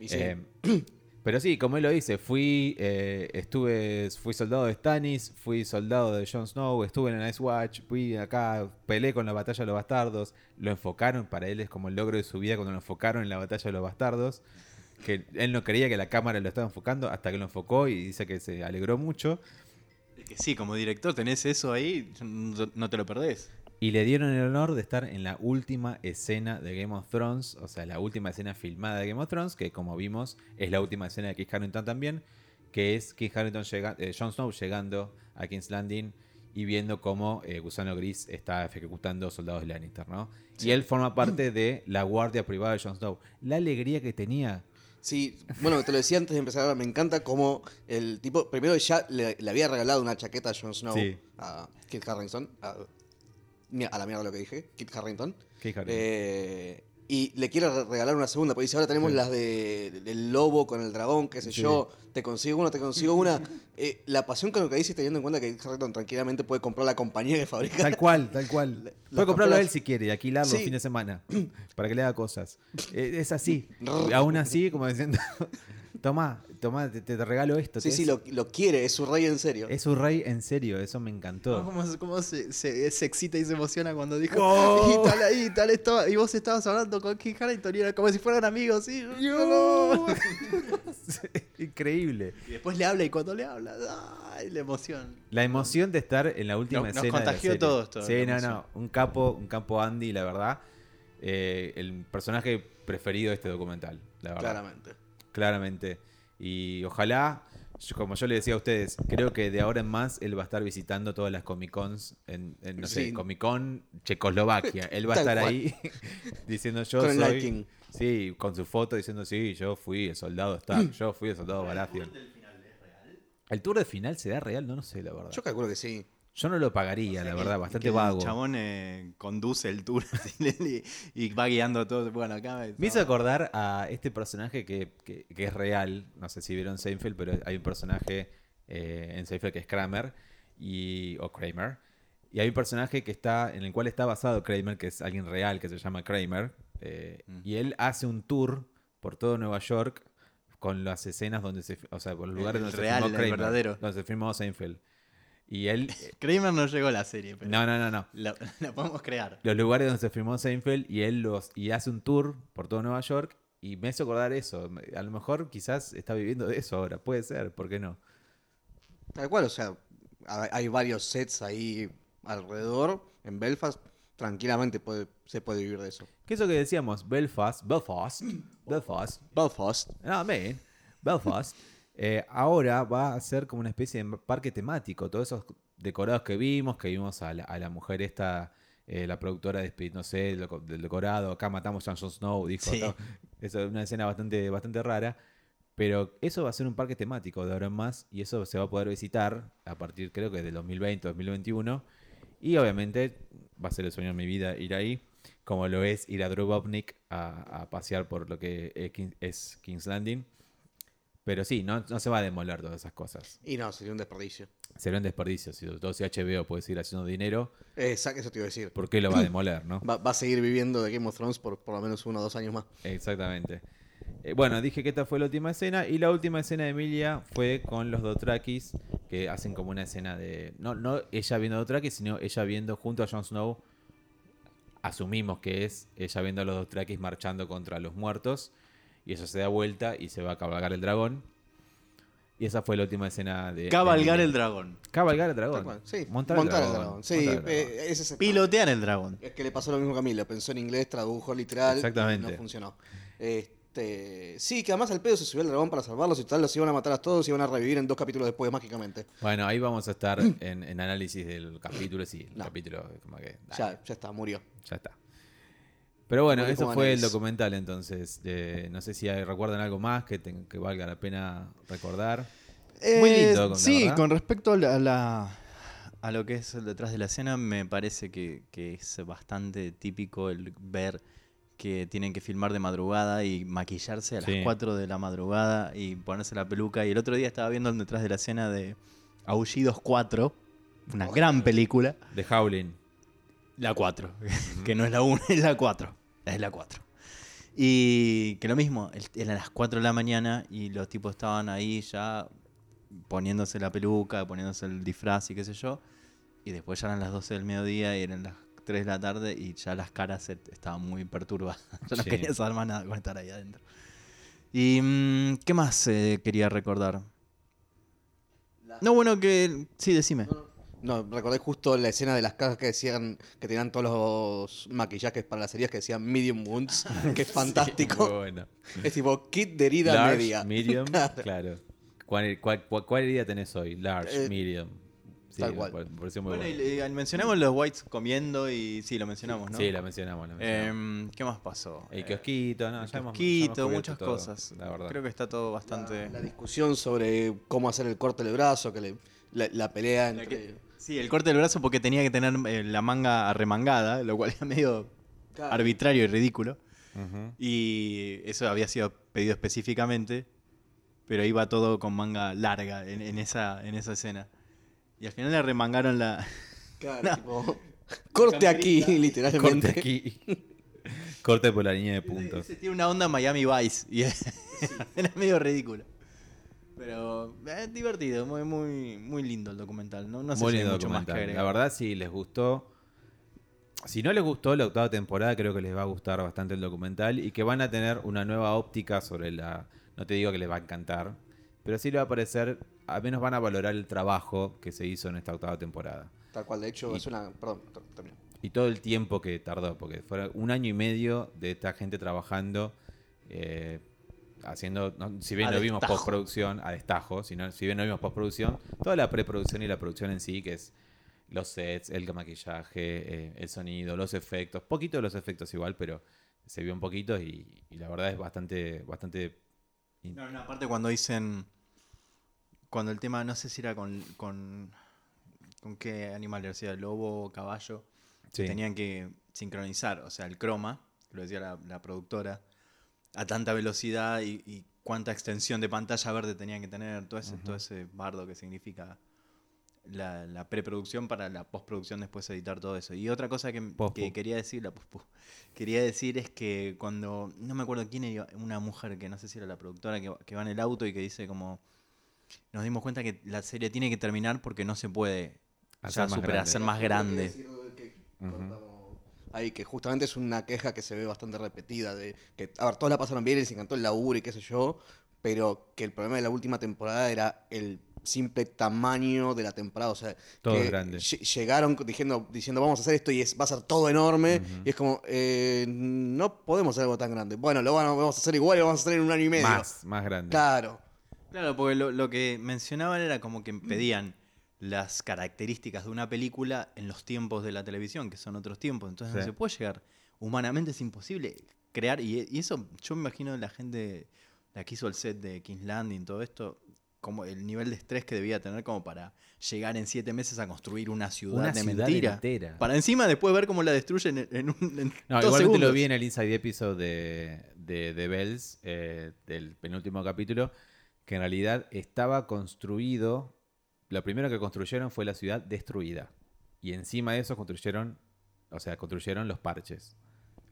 C: Y sí.
B: Eh, pero sí, como él lo dice, fui, eh, estuve, fui soldado de Stannis, fui soldado de Jon Snow, estuve en el Ice Watch, fui acá, peleé con la batalla de los bastardos. Lo enfocaron, para él es como el logro de su vida cuando lo enfocaron en la batalla de los bastardos. Que él no creía que la cámara lo estaba enfocando hasta que lo enfocó y dice que se alegró mucho.
A: Es que sí, como director tenés eso ahí, no no te lo perdés.
B: Y le dieron el honor de estar en la última escena de Game of Thrones, o sea, la última escena filmada de Game of Thrones, que como vimos es la última escena de Kit Harington también, que es Kit Harington llega, eh, Jon Snow llegando a King's Landing y viendo cómo eh, Gusano Gris está ejecutando soldados Lannister, ¿no? Y él forma parte de la guardia privada de Jon Snow. La alegría que tenía
C: Sí, bueno, te lo decía antes de empezar, ahora me encanta cómo el tipo, primero ya le, le había regalado una chaqueta a Jon Snow
B: Sí.
C: a Kit Harrington, a, mira, a la mierda lo que dije, Kit Harrington,
B: Kit Harington.
C: Eh, y le quiere re- regalar una segunda, porque dice, ahora tenemos
B: Sí.
C: las de, del lobo con el dragón, qué sé
B: Sí.
C: yo, te consigo una, te consigo una. Eh, la pasión con lo que dice, teniendo en cuenta que Kit Harrington tranquilamente puede comprar la compañía que fabrica.
B: Tal cual, tal cual.
C: La-
B: Puede
C: las
B: comprarlo a él
C: camperas-
B: si quiere y alquilarlo el
C: Sí.
B: fin de semana para que le haga cosas. Eh, es así. Y Aún así, como diciendo, toma, toma, te, te regalo esto.
C: Sí,
B: te-
C: sí, lo, lo quiere, es su rey en serio.
B: Es un rey en serio, eso me
A: Ah,
C: Ah,
A: ¿Cómo,
B: encantó.
A: cómo- cómo se, se- se excita y se emociona cuando dijo
B: Wow.
A: y tal, y tal estaba, y vos estabas hablando con Kim Harrington y era como si fueran amigos, sí.
B: Increíble.
A: Y después le habla y cuando le habla, ¡ay! la emoción.
B: La emoción de estar en la última
A: Nos- nos
B: escena. de la
A: contagió
B: serie.
A: todo esto,
B: Sí,
A: la
B: no, no. Un capo, un capo Andy, la verdad. Eh, el personaje preferido de este documental, la verdad.
C: Claramente.
B: Claramente. Y ojalá, yo- como yo le decía a ustedes, creo que de ahora en más él va a estar visitando todas las Comic Cons, en, en, no sé,
C: Sí.
B: Comic Con Checoslovaquia. Él va a
C: Tal
B: estar
C: cual.
B: ahí diciendo yo
C: Con el
B: soy...
C: Night King.
B: Sí, con su foto diciendo sí, yo fui el soldado Stark, yo fui el soldado Baratheon. ¿El tour del final será real? No, no sé, la verdad.
C: Yo calculo que sí.
B: Yo no lo pagaría, la verdad, bastante
A: Que
B: vago.
A: El chabón eh, conduce el tour y, y va guiando a todos. Bueno, acá
B: Me hizo acordar a este personaje que, que- que es real. No sé si vieron Seinfeld, pero hay un personaje eh, en Seinfeld que es Kramer y, o Kramer. Y hay un personaje que está, en el cual está basado Kramer, que es alguien real, que se llama Kramer. eh,
A: Mm.
B: Y él hace un tour por todo Nueva York con las escenas donde se... O sea, por los
A: El-
B: lugares
A: el
B: donde
A: real,
B: se
A: el
B: filmó Kramer.
A: verdadero.
B: Donde se filmó Seinfeld. Y él...
A: Kramer no llegó a la serie, pero
B: No, no, no, no
A: La, la podemos crear.
B: los lugares donde se filmó Seinfeld y él los y hace un tour por todo Nueva York y me hizo acordar eso. A lo mejor quizás está viviendo de eso ahora, puede ser, ¿por qué no?
C: Tal cual, o sea, ha- hay varios sets ahí alrededor. En Belfast, tranquilamente puede- se puede vivir de eso.
B: ¿Qué es lo que decíamos? Belfast, Belfast, Belfast,
C: Belfast.
B: no, man, Ah, Belfast, eh, ahora va a ser como una especie de parque temático. Todos esos decorados que vimos, que vimos a la, a la mujer esta, eh, la productora de Speed, no sé, del deco- del decorado, acá matamos a Jon Snow, dijo.
A: Sí.
B: ¿no? Eso es una escena bastante, bastante rara. Pero eso va a ser un parque temático de ahora en más y eso se va a poder visitar a partir creo que del 2020, 2021. Y obviamente va a ser el sueño de mi vida ir ahí, como lo es ir a Drubovnik a, a pasear por lo que es Kin- es King's Landing. Pero sí, no, no se va a demoler todas esas cosas.
C: Y no, sería un desperdicio.
B: Será un desperdicio. Si todo si HBO puede seguir haciendo dinero,
C: Exacto, eso te iba a decir.
B: ¿por qué lo va a demoler, no?
C: Va, va a seguir viviendo de Game of Thrones por por lo menos uno o dos años más.
B: Exactamente. Eh, bueno, dije que esta fue la última escena. Y la última escena de Emilia fue con los Dothrakis, que hacen como una escena de. No, no ella viendo a Dothrakis, sino ella viendo junto a Jon Snow. Asumimos que es ella viendo a los Dothrakis marchando contra los muertos. Y ella se da vuelta y se va a cabalgar el dragón. Y esa fue la última escena de. de
A: Cabalgar
B: Emilia.
A: el dragón.
B: Cabalgar el
C: Tal
B: dragón.
C: cual, Sí,
B: Montar, el dragón.
C: Sí,
B: montar el dragón.
C: eh, ese es el-
A: Pilotear el dragón.
C: Es que le pasó lo mismo a Camilo. Pensó en inglés, tradujo literal. y
B: Exactamente.
C: no funcionó. Este, sí, que además al pedo se subió el dragón para salvarlos y tal. Los iban a matar a todos y iban a revivir en dos capítulos después, mágicamente.
B: Bueno, ahí vamos a estar en, en análisis del capítulo. Sí, el
C: No.
B: capítulo. Como que, dale.
C: Ya, ya está, murió.
B: Ya está. Pero bueno,
C: Porque
B: eso
C: como
B: fue el
C: análisis.
B: documental entonces. Eh, no sé si hay- recuerdan algo más que, ten- que valga la pena recordar. Muy lindo, con- la
A: eh, sí,
B: verdad.
A: con respecto a, la- a la- a lo que es el detrás de la escena, me parece que, que es bastante típico el ver que tienen que filmar de madrugada y maquillarse a las
B: Sí.
A: 4 de la madrugada y ponerse la peluca. Y el otro día estaba viendo el detrás de la escena de Aullidos 4, una gran película.
B: De Howling.
A: La 4. Que no es la 1, es la 4. Es la 4. Y que lo mismo, el- era a las 4 de la mañana y los tipos estaban ahí ya poniéndose la peluca, poniéndose el disfraz y qué sé yo. Y después ya eran las 12 del mediodía y eran las 3 de la tarde y ya las caras se- estaban muy perturbadas. Yo no
B: Sí.
A: quería saber más nada con estar ahí adentro. ¿Y mm, qué más eh, quería recordar? No, bueno, que... Sí, decime.
C: No, recordé justo la escena de las cajas que decían que tenían todos los maquillajes para las heridas que decían medium wounds, que es fantástico.
B: Muy bueno.
C: Es tipo kit de herida
B: Large,
C: media.
B: medium,
C: Claro.
B: claro. ¿Cuál, cuál, cuál- cuál herida tenés hoy? Large,
C: Eh,
B: medium. Sí,
C: tal
B: me
C: cual.
B: pare- me pareció muy
A: Bueno,
B: bueno.
A: y, eh, mencionamos los whites comiendo y sí, lo mencionamos, ¿no?
B: Sí, la mencionamos. La mencionamos.
A: Em, ¿Qué más pasó?
B: el
A: Eh,
B: kiosquito, no, ya
A: el
B: hemos- ya hemos
A: kiosquito,
B: cubierto
A: muchas
B: todo,
A: cosas.
B: La verdad.
A: Creo que está todo bastante.
C: La, la discusión sobre cómo hacer el corte del brazo, que le- la, la pelea
A: La
C: entre.
A: que- sí, el corte del brazo porque tenía que tener eh, la manga arremangada, lo cual era medio
C: Claro.
A: arbitrario y ridículo.
B: Ujú.
A: Y eso había sido pedido específicamente, pero iba todo con manga larga en, en esa, en esa escena. Y al final le remangaron la...
C: Claro,
A: No.
C: tipo, corte aquí, literalmente.
B: Corte aquí. Corte por la línea de puntos.
A: Se tiene una onda Miami Vice y era medio ridículo. Pero es divertido, muy, muy, muy lindo el documental. No, no sé
B: Muy
A: si hay
B: lindo
A: mucho más que
B: documental.
A: agregar.
B: La verdad, si les gustó. Si no les gustó la octava temporada, creo que les va a gustar bastante el documental y que van a tener una nueva óptica sobre la. No te digo que les va a encantar, pero sí les va a parecer. Al menos van a valorar el trabajo que se hizo en esta octava temporada.
C: Tal cual, de hecho,
B: Y-
C: es una. Perdón, ter- termino.
B: Y todo el tiempo que tardó, porque fue un año y medio de esta gente trabajando, eh, haciendo, no, si bien
A: A
B: no vimos
A: destajo.
B: postproducción, a destajo, si, no- si bien no vimos postproducción, toda la preproducción y la producción en sí, que es los sets, el maquillaje, eh, el sonido, los efectos, poquito de los efectos igual, pero se vio un poquito y, y la verdad es bastante, bastante...
A: No, no, aparte cuando dicen. Cuando el tema, no sé si era con. con, con qué animal era, si era lobo o caballo. que
B: Sí.
A: Tenían que sincronizar, o sea, el croma, que lo decía la, la productora, a tanta velocidad y, y cuánta extensión de pantalla verde tenían que tener, todo ese, todo ese bardo que significa la, la preproducción para la postproducción después editar todo eso. Y otra cosa que,
B: Pospu.
A: que quería decir, la pospu, quería decir es que cuando, no me acuerdo quién era, una mujer que no sé si era la productora, que, va- que va en el auto y que dice como, nos dimos cuenta que la serie tiene que terminar porque no se puede
B: Hacer
A: ya
B: más
A: superar,
B: grande.
A: hacer más grande.
B: Ujú.
C: Ahí, que justamente es una queja que se ve bastante repetida. De, que, a ver, todos la pasaron bien, les encantó el laburo y qué sé yo, pero que el problema de la última temporada era el simple tamaño de la temporada. O sea,
B: Todo
C: que
B: grande.
C: lle- Llegaron diciendo, diciendo, vamos a hacer esto y es, va a ser todo enorme. Y es como, eh, no podemos hacer algo tan grande. Bueno, lo van- vamos a hacer igual y lo vamos a hacer en un año y medio.
B: Más, más grande.
C: Claro.
A: Claro, porque lo, lo que mencionaban era como que pedían las características de una película en los tiempos de la televisión, que son otros tiempos. Entonces no
B: Sí.
A: se puede llegar. Humanamente es imposible crear. Y, y eso, yo me imagino la gente, la que hizo el set de King's Landing, todo esto, como el nivel de estrés que debía tener como para llegar en siete meses a construir una ciudad
B: Una
A: de
B: ciudad
A: mentira.
B: entera.
A: Para encima después ver cómo la destruyen en, en un. en
B: No,
A: dos
B: igualmente
A: segundos.
B: lo vi en el Inside Episode de, de, de Bells, eh, del penúltimo capítulo, que en realidad estaba construido. Lo primero que construyeron fue la ciudad destruida. Y encima de eso construyeron, o sea, construyeron los parches.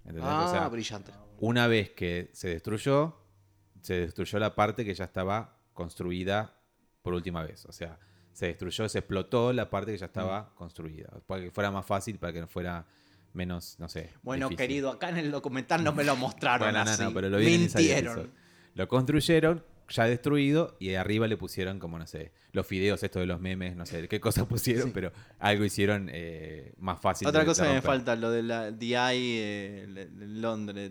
B: ¿Entendés? O
C: Ah,
B: sea,
C: brillante.
B: una vez que se destruyó, se destruyó la parte que ya estaba construida por última vez. O sea, se destruyó, se explotó la parte que ya
A: Mm.
B: estaba construida. Para que fuera más fácil, para que no fuera menos, no sé.
A: Bueno,
B: difícil.
A: querido, acá en el documental no me lo mostraron
B: Bueno, Ah, no,
A: así.
B: no, pero lo vi en el Inside
A: Mintieron.
B: Episode. Lo construyeron, ya destruido, y arriba le pusieron, como no sé, los fideos, esto de los memes, no sé qué cosas pusieron, pero algo hicieron eh, más fácil.
A: Otra
B: de- de
A: cosa que me
B: romper.
A: falta, lo de la DI eh, le- le- Londres,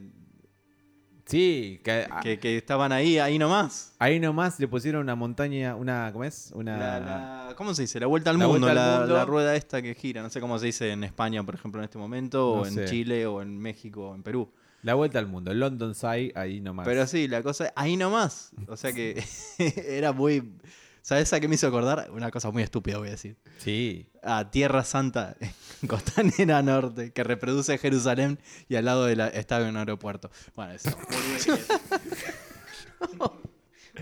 B: Sí, que, a-
A: que, que estaban ahí, ahí nomás.
B: ahí nomás le pusieron una montaña, una, ¿cómo es? Una...
A: La- la- ¿Cómo se dice? La vuelta al
B: La
A: mundo,
B: vuelta al
A: la,
B: mundo.
A: la rueda esta que gira. No sé cómo se dice en España, por ejemplo, en este momento,
B: No
A: o en
B: sé.
A: Chile, o en México, o en Perú.
B: La vuelta al mundo, London Side, ahí nomás.
A: Pero sí, la cosa, ahí nomás. O sea que era muy... ¿Sabes a qué me hizo acordar? Una cosa muy estúpida, voy a decir.
B: Sí,
A: a Tierra Santa, en Costanera Norte, que reproduce Jerusalén y al lado de la, está en un aeropuerto. Bueno, eso.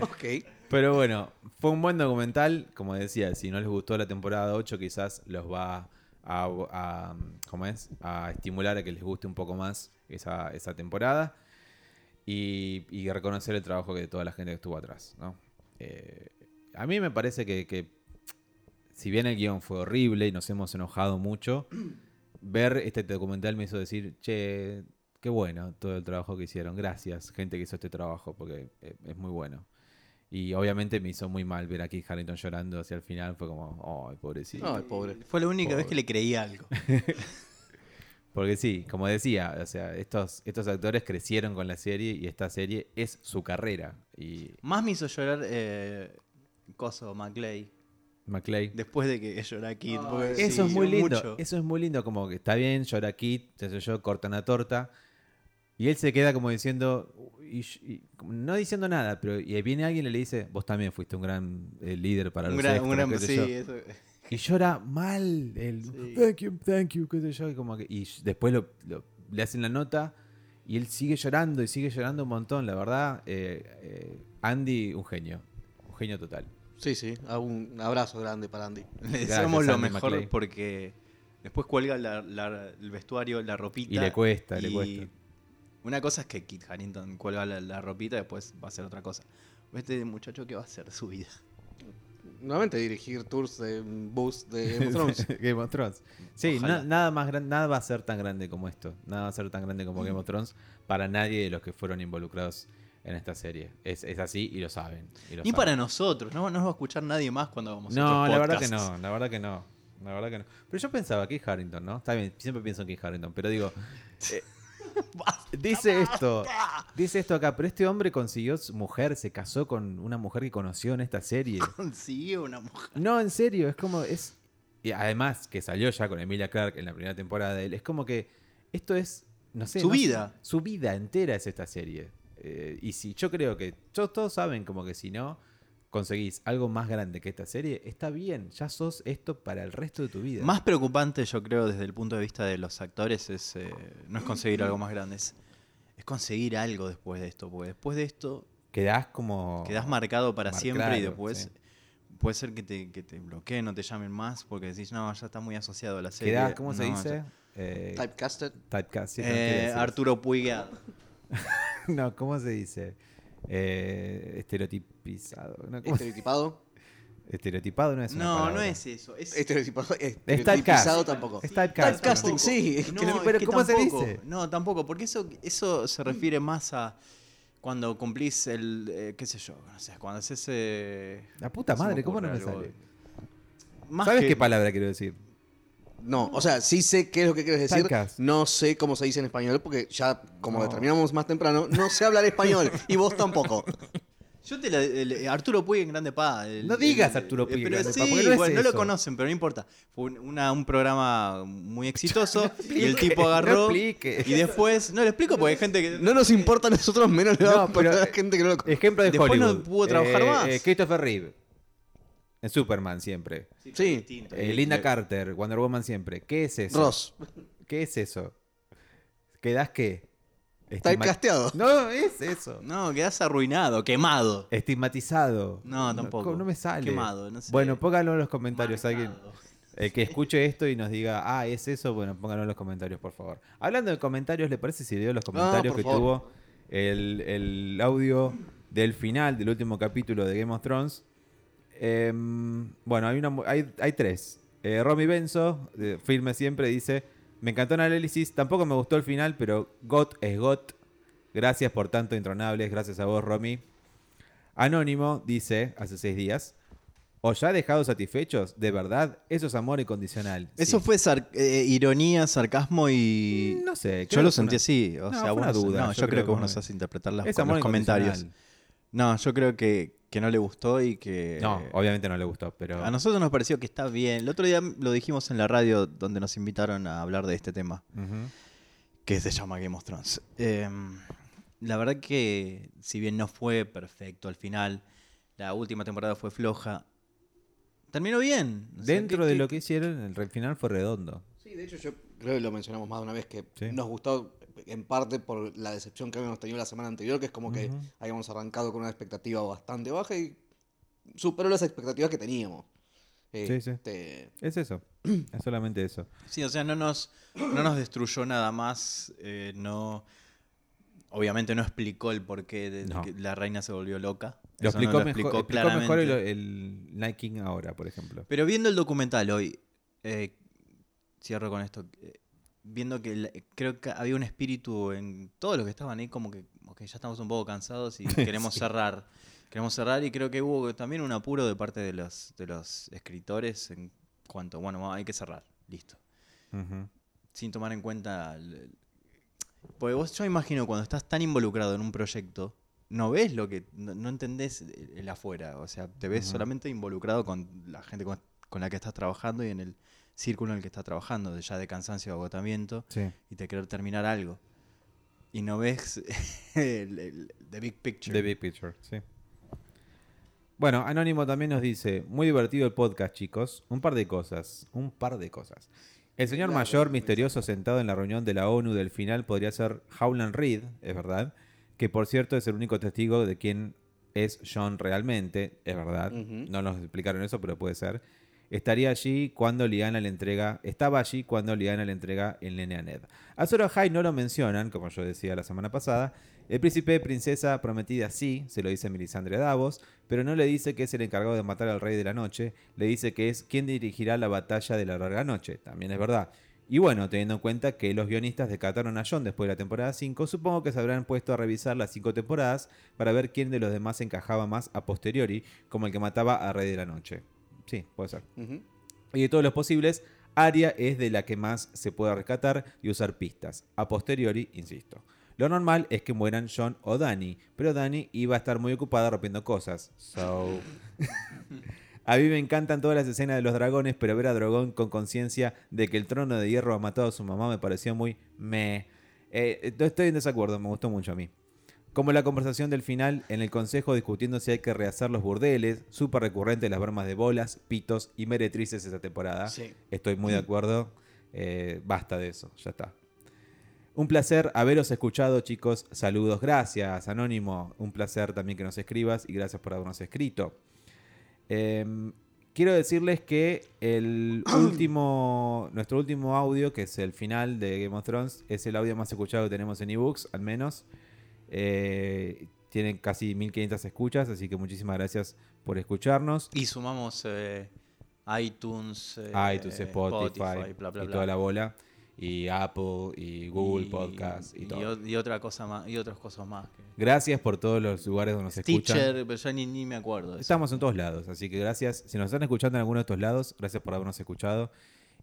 C: Ok.
B: pero bueno, fue un buen documental. Como decía, si no les gustó la temporada 8, quizás los va a, a- ¿cómo es? a estimular a que les guste un poco más esa, esa temporada y, y reconocer el trabajo que de toda la gente que estuvo atrás. ¿no? Eh, a mí me parece que, que, si bien el guión fue horrible y nos hemos enojado mucho, ver este documental me hizo decir, che, qué bueno todo el trabajo que hicieron. Gracias, gente que hizo este trabajo, porque eh, es muy bueno. Y obviamente me hizo muy mal ver a Kit Harrington llorando hacia el final. Fue como, ay, pobrecito.
C: Ay, pobre.
A: Fue la única vez
B: Pobre.
A: que le creí algo.
B: Porque sí, como decía, o sea, estos, estos actores crecieron con la serie y esta serie es su carrera. Y
A: Más me hizo llorar eh, Coso McLeay.
B: McClay.
A: Después de que llora Kid.
C: Ay,
A: porque
B: Eso
A: sí,
B: es muy lindo.
A: mucho.
B: Eso es muy lindo. Como que está bien, llora Kit, qué sé yo, cortan la torta. Y él se queda como diciendo, y, y- no diciendo nada, pero y ahí viene alguien y le dice, vos también fuiste un gran eh, líder para
A: un
B: los
A: gran,
B: extras,
A: un gran-
B: qué sé
A: sí,
B: yo".
A: eso- eh,
B: Y llora mal. El,
A: Sí.
B: Thank you, thank you, qué sé yo. Y, como que, y después lo- lo- le hacen la nota y él sigue llorando y sigue llorando un montón. La verdad, eh, eh, Andy, un genio. Un genio total.
C: Sí, sí. hago Un abrazo grande para Andy.
A: Le deseamos lo
B: Andy
A: mejor
B: McLean.
A: porque después cuelga la- la- el vestuario, la ropita.
B: Y le cuesta, le
A: y
B: cuesta.
A: Una cosa es que Kit Harrington cuelga la, la ropita y después va a hacer otra cosa. Este muchacho que va a hacer su vida.
C: Nuevamente dirigir tours de mm, bus de Game of Thrones.
B: Game of Thrones. Sí,
A: Ojalá.
B: na- nada, más gran- nada va a ser tan grande como esto. Nada va a ser tan grande como
A: Mm.
B: Game of Thrones para nadie de los que fueron involucrados en esta serie. Es, es así y lo saben. y lo
A: Ni
B: saben.
A: para nosotros, no, no nos va a escuchar nadie más cuando hagamos
B: No,
A: otros
B: la verdad que
A: podcasts.
B: no, la verdad que no. La verdad que no. Pero yo pensaba que Harrington, ¿no? Está bien, siempre pienso en Keith Harrington, pero digo,
A: Basta.
B: dice esto, dice esto acá, pero este hombre consiguió su mujer, se casó con una mujer que conoció en esta serie.
A: Consiguió una mujer.
B: No, en serio, es como, es... Y además que salió ya con Emilia Clark en la primera temporada de él, es como que esto es, no sé...
A: Su
B: no-
A: vida.
B: Su vida entera es esta serie. Eh, y si yo creo que, yo- todos saben como que si no conseguís algo más grande que esta serie, está bien, ya sos esto para el resto de tu vida.
A: Más preocupante, yo creo, desde el punto de vista de los actores, es eh, no es conseguir algo más grande, es, es conseguir algo después de esto, porque después de esto
B: Quedás como...
A: quedás marcado para
B: Marcado,
A: siempre y después
B: Oh, sí.
A: puede ser que te, que te bloqueen, no te llamen más, porque decís, no, ya está muy asociado a la serie.
B: Quedás, ¿cómo se
A: no,
B: dice?
A: ya-
B: Eh,
C: Typecasted.
B: typecast, sí, no
A: Eh,
B: quiero decir eso.
A: Arturo ah, Puiga.
B: No, ¿cómo se dice? Eh, estereotipizado. No, ¿cómo se-
C: Estereotipado.
B: Estereotipado no es una
A: No, no
B: palabra. Este
A: es eso. Es,
C: Estereotipado.
B: typecast.
C: Estereotipado tampoco.
B: Es typecast,
C: Typecasting,
A: Tampoco.
C: sí.
A: No,
C: que no-
A: es
B: pero
A: que
B: ¿cómo se
A: tampoco.
B: dice?
A: No, tampoco, porque eso, eso se refiere más a cuando cumplís el, eh, qué sé yo, no sé, cuando haces... eh,
B: La puta
A: se me
B: madre, ¿cómo no me
A: ocurre algo.
B: sale?
A: Más
B: ¿Sabes
A: que-
B: qué palabra quiero decir?
C: No, o sea, sí sé qué es lo que quieres decir.
B: Typecast.
C: No sé cómo se dice en español porque ya, como
B: No.
C: determinamos más temprano, no sé hablar español y vos tampoco.
A: Yo te la, el- eh, Arturo Puig en Grande Pa. el-
B: No digas
A: el- eh,
B: Arturo Puig en
A: pero
B: Grande
A: sí,
B: Pa, porque no es
A: bueno, no
B: eso.
A: lo conocen, pero no importa. Fue un- una- un programa muy exitoso y el tipo
B: no
A: agarró
B: explique.
A: y después... No lo explico porque hay gente que...
C: No nos importa a nosotros menos le
B: No,
C: vamos a
B: pero-
C: importar a la gente que no lo conoce.
B: Ejemplo de
A: Después no
B: Hollywood.
A: pudo trabajar
B: Eh,
A: más.
B: eh, Christopher Reeve. En Superman siempre.
A: pero
C: Sí.
A: es distinto.
B: Eh, Linda Carter, Wonder Woman siempre. ¿Qué es eso?
C: Ross,
B: ¿Qué es eso? ¿Quedás qué? Estigma-
C: typecasteado.
B: No, es eso.
A: No, quedás arruinado, quemado.
B: Estigmatizado.
A: No, tampoco.
B: No, me sale.
A: Quemado, no sé.
B: Bueno, pónganlo en los comentarios. Alguien,
A: Marcado.
B: el que escuche esto y nos diga, ah, es eso, bueno, pónganlo en los comentarios, por favor. Hablando de comentarios, ¿le parece si leo los comentarios
C: por
B: que
C: favor.
B: tuvo el, el audio del final del último capítulo de Game of Thrones? Em, bueno, hay, una, mu- hay, hay tres. Eh, Romy Benzo, de- firme siempre, dice: Me encantó el análisis, tampoco me gustó el final, pero GOT es GOT. Gracias por tanto, intronables. Gracias a vos, Romy. Anónimo dice hace seis días: ¿O ya dejados satisfechos? De verdad, eso es amor incondicional.
A: Eso
B: Sí. Mm,
A: fue sar- eh, ironía, sarcasmo y...
B: No sé.
A: yo
B: creo
A: lo
B: que fue
A: sentí
B: una-
A: así. O
B: No,
A: sea,
B: fue una
A: vos no-
B: duda,
A: No, yo, creo, que vos
B: no
A: nos haces interpretar las,
B: Es
A: los
B: amor
A: comentarios.
B: incondicional.
A: No, yo creo que, que no le gustó y que...
B: No, Eh, obviamente no le gustó, pero.
A: A nosotros nos pareció que está bien. El otro día lo dijimos en la radio donde nos invitaron a hablar de este tema,
B: Ujú.
A: que se llama Game of Thrones. Eh, la verdad que, si bien no fue perfecto al final, la última temporada fue floja, terminó bien. O sea,
B: Dentro
A: que-
B: de
A: que-
B: lo que hicieron, el re- final fue redondo.
C: Sí, de hecho yo creo que lo mencionamos más de una vez que
B: Sí.
C: nos gustó en parte por la decepción que habíamos tenido la semana anterior, que es como que
B: Ujú.
C: habíamos arrancado con una expectativa bastante baja y superó las expectativas que teníamos.
B: Sí, sí.
C: Este,
B: Es eso. es solamente eso.
A: Sí, o sea, no nos, no nos destruyó nada más. eh, no, obviamente no explicó el porqué de
B: No.
A: que la reina se volvió loca.
B: Lo
A: Eso no
B: explicó, mejor, explicó
A: claramente.
B: mejor el, el Night King ahora, por ejemplo.
A: Pero viendo el documental hoy, eh, cierro con esto, eh, viendo que la- creo que había un espíritu en todos los que estaban ahí como que ok, ya estamos un poco cansados y queremos cerrar. Queremos cerrar y creo que hubo también un apuro de parte de los, de los escritores en cuanto, bueno, hay que cerrar, listo.
B: Ujú.
A: Sin tomar en cuenta... el- porque vos, yo imagino, cuando estás tan involucrado en un proyecto, no ves lo que... No, no entendés el el afuera, o sea, te ves solamente involucrado con la gente con, con la que estás trabajando y en el círculo en el que estás trabajando, de- ya de cansancio, agotamiento
B: Sí.
A: y te querer terminar algo. Y no ves el, el- the big picture.
B: The Big Picture, sí. Bueno, Anónimo también nos dice, muy divertido el podcast, chicos. Un par de cosas, un par de cosas. El señor mayor misterioso sentado en la reunión de la ONU del final podría ser Howland Reed, es verdad, que por cierto es el único testigo de quién es John realmente, es verdad.
C: Ujú.
B: No nos explicaron eso, pero puede ser. Estaría allí cuando Liana le entrega, estaba allí cuando Liana le entrega el nene a Ned. A Zoro High no lo mencionan, como yo decía la semana pasada. El príncipe princesa prometida sí, se lo dice Melisandre a Davos, pero no le dice que es el encargado de matar al rey de la noche, le dice que es quien dirigirá la batalla de la larga noche, también es verdad. Y bueno, teniendo en cuenta que los guionistas descartaron a John después de la temporada 5, supongo que se habrán puesto a revisar las 5 temporadas para ver quién de los demás encajaba más a posteriori, como el que mataba a Rey de la Noche. Sí, puede ser.
C: Ujú.
B: Y de todos los posibles, Aria es de la que más se puede rescatar y usar pistas. A posteriori, insisto. Lo normal es que mueran John o Dani, pero Dani iba a estar muy ocupada rompiendo cosas. So. A mí me encantan todas las escenas de los dragones, pero ver a Dragón con conciencia de que el trono de hierro ha matado a su mamá me pareció muy me. estoy en desacuerdo, me gustó mucho a mí. Como la conversación del final en el consejo discutiendo si hay que rehacer los burdeles, súper recurrente las bromas de bolas, pitos y meretrices esta temporada.
C: Sí.
B: Estoy muy de acuerdo. Eh, basta de eso, ya está. Un placer haberos escuchado, chicos. Saludos, gracias, Anónimo. Un placer también que nos escribas y gracias por habernos escrito. Em, quiero decirles que el último, nuestro último audio, que es el final de Game of Thrones, es el audio más escuchado que tenemos en ebooks, al menos. Eh, tienen casi 1500 escuchas, así que muchísimas gracias por escucharnos.
A: Y sumamos eh, iTunes, eh,
B: iTunes, Ah, Spotify,
A: bla, bla,
B: y
A: bla.
B: toda la bola. Y Apple y Google
A: Y-
B: Podcast y,
A: y,
B: todo.
A: o- y otra cosa más, y otras cosas más. que-
B: Gracias por todos los lugares donde nos escuchan.
A: Teacher, pero ya ni, ni me acuerdo. de eso.
B: Estamos en todos lados, así que gracias. Si nos están escuchando en alguno de estos lados, gracias por habernos escuchado.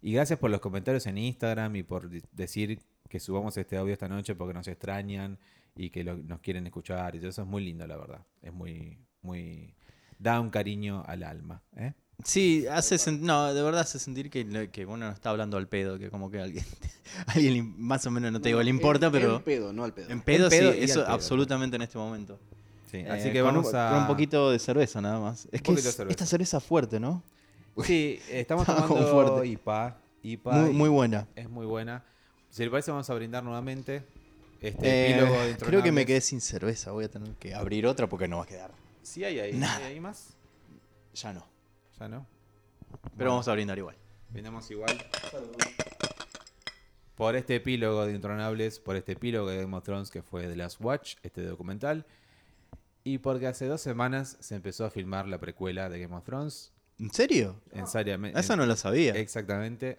B: Y gracias por los comentarios en Instagram y por di- decir que subamos este audio esta noche porque nos extrañan y que lo- nos quieren escuchar. Y todo eso es muy lindo, la verdad. Es muy, muy... Da un cariño al alma. ¿eh?
A: Sí, hace sen- no, de verdad hace sentir que, lo- que uno no está hablando al pedo, que como que alguien, alguien le- más o menos, no te digo, le importa,
C: En-
A: pero
C: En pedo, no al pedo.
A: en pedo,
B: en pedo
A: sí,
B: y al
A: eso
B: pedo.
A: absolutamente en este momento.
B: Sí,
A: Eh,
B: así que
A: con
B: vamos
A: un,
B: a...
A: con un poquito de cerveza nada más. Es que
B: poquito de
A: es-
B: cerveza.
A: esta cerveza fuerte, ¿no?
B: Sí, estamos
A: Estaba como
B: tomando
A: fuerte.
B: IPA. IPA
A: Muy,
B: y
A: muy buena.
B: Es muy buena. Si le parece, vamos a brindar nuevamente este
A: Eh,
B: epílogo de
A: creo que me
B: Intronables.
A: quedé sin cerveza. Voy a tener que abrir otra porque no va a quedar.
B: Sí, hay ahí.
A: Nada.
B: ¿Hay ahí más?
A: Ya no.
B: Ya no.
A: Pero vamos a brindar igual.
B: Brindamos igual. Por este epílogo de Intronables, por este epílogo de Game of Thrones que fue The Last Watch, este documental. Y porque hace dos semanas se empezó a filmar la precuela de Game of Thrones.
A: ¿En serio?
B: En Saria- en-
A: Ah, Eso no lo sabía.
B: Exactamente.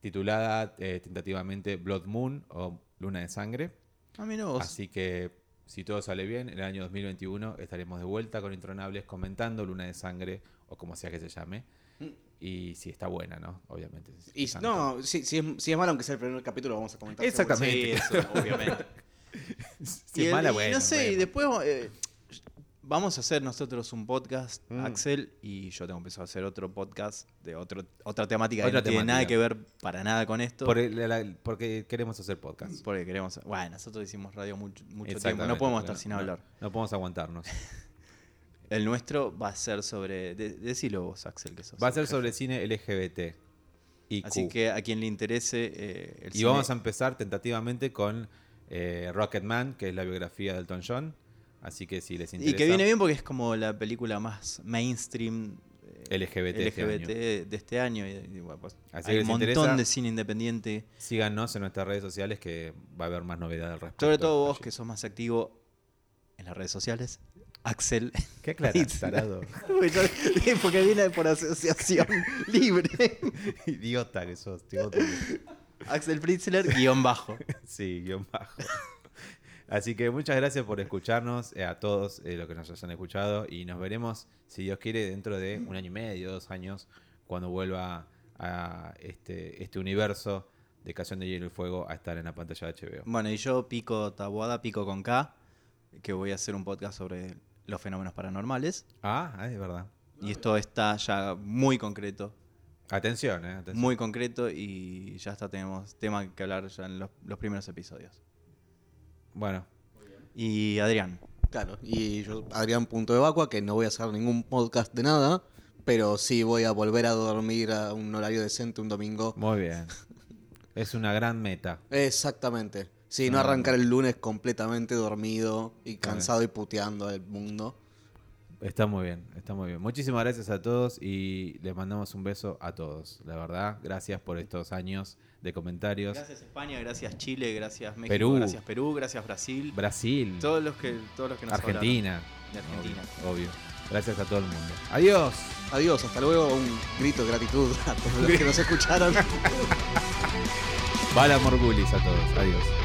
B: Titulada eh, tentativamente Blood Moon o Luna de Sangre.
A: A mí no.
B: Así que si todo sale bien, en el año 2021 estaremos de vuelta con Intronables comentando Luna de Sangre o como sea que se llame.
A: Mm.
B: Y si está buena, ¿no? Obviamente. si
C: Y,
B: está-
C: no, si, si es, si es malo, aunque sea el primer capítulo, lo vamos a comentar.
B: Exactamente.
A: Sí, eso, obviamente.
B: Si
A: y
B: es
A: el-
B: mala,
A: y
B: bueno,
A: no sé, y
B: vemos.
A: después eh, vamos a hacer nosotros un podcast,
B: Mm.
A: Axel, y yo tengo empezado a hacer otro podcast de otro, otra temática que
B: Otra
A: no tiene nada
B: temática.
A: que ver para nada con esto.
B: Por e- el- la- porque queremos hacer podcast.
A: porque queremos. Bueno, nosotros hicimos radio mucho, mucho Mm, tiempo,
B: Exactamente,
A: no podemos
B: porque
A: estar sin
B: no-
A: hablar.
B: No, podemos aguantarnos.
A: El nuestro va a ser sobre. de- decilo vos, Axel, que sos
B: Va a ser
A: el
B: sobre cine LGBT. y
A: jefe. Así que a quien le interese eh, el
B: y
A: cine-
B: vamos a empezar tentativamente con eh, Rocketman, que es la biografía de Elton John. Así que si les interesa.
A: Y que viene bien porque es como la película más mainstream eh,
B: LGBT de este
A: LGBT de este año. y- y bueno, pues,
B: Así que
A: hay
B: les
A: un montón
B: interesa.
A: de cine independiente.
B: Síganos en nuestras redes sociales que va a haber más novedad al respecto.
A: Sobre todo vos
B: Allí.
A: que sos más activo en las redes sociales. Axel.
B: ¿Qué aclarás,
A: Sí.
B: tarado?
A: porque viene por asociación libre.
B: Idiota que sos, tío.
A: Axel Fritzler, guión bajo.
B: Sí, guión bajo. Así que muchas gracias por escucharnos, eh, a todos eh, los que nos hayan escuchado, y nos veremos, si Dios quiere, dentro de un año y medio, dos años, cuando vuelva a este, este universo de Canción de Hielo y Fuego a estar en la pantalla de HBO.
A: Bueno, y yo pico Tabuada, pico con K, que voy a hacer un podcast sobre los fenómenos paranormales.
B: Ah, ah, es verdad.
A: Y esto está ya muy concreto,
B: Atención, eh. atención.
A: muy concreto y ya está, tenemos tema que hablar ya en los, los primeros episodios.
B: Bueno,
A: Y Adrián,
C: Claro, y yo, Adrián Punto de Vacua, que no voy a hacer ningún podcast de nada, pero sí voy a volver a dormir a un horario decente un domingo.
B: muy bien. Es una gran meta.
C: Exactamente. Sí, no
B: Ah.
C: arrancar el lunes completamente dormido y cansado y puteando al mundo.
B: Está muy bien, está muy bien. Muchísimas gracias a todos y les mandamos un beso a todos, la verdad. Gracias por estos años de comentarios.
A: Gracias España, gracias Chile, gracias México,
B: Perú.
A: gracias Perú, gracias Brasil,
B: Brasil,
A: todos los que todos los que nos
B: Argentina.
A: hablaron. De Argentina.
B: Obvio, obvio. Gracias a todo el mundo. Adiós.
C: Adiós, hasta luego. Un grito de gratitud a todos los que nos escucharon.
B: Bala Morgulis a todos. Adiós.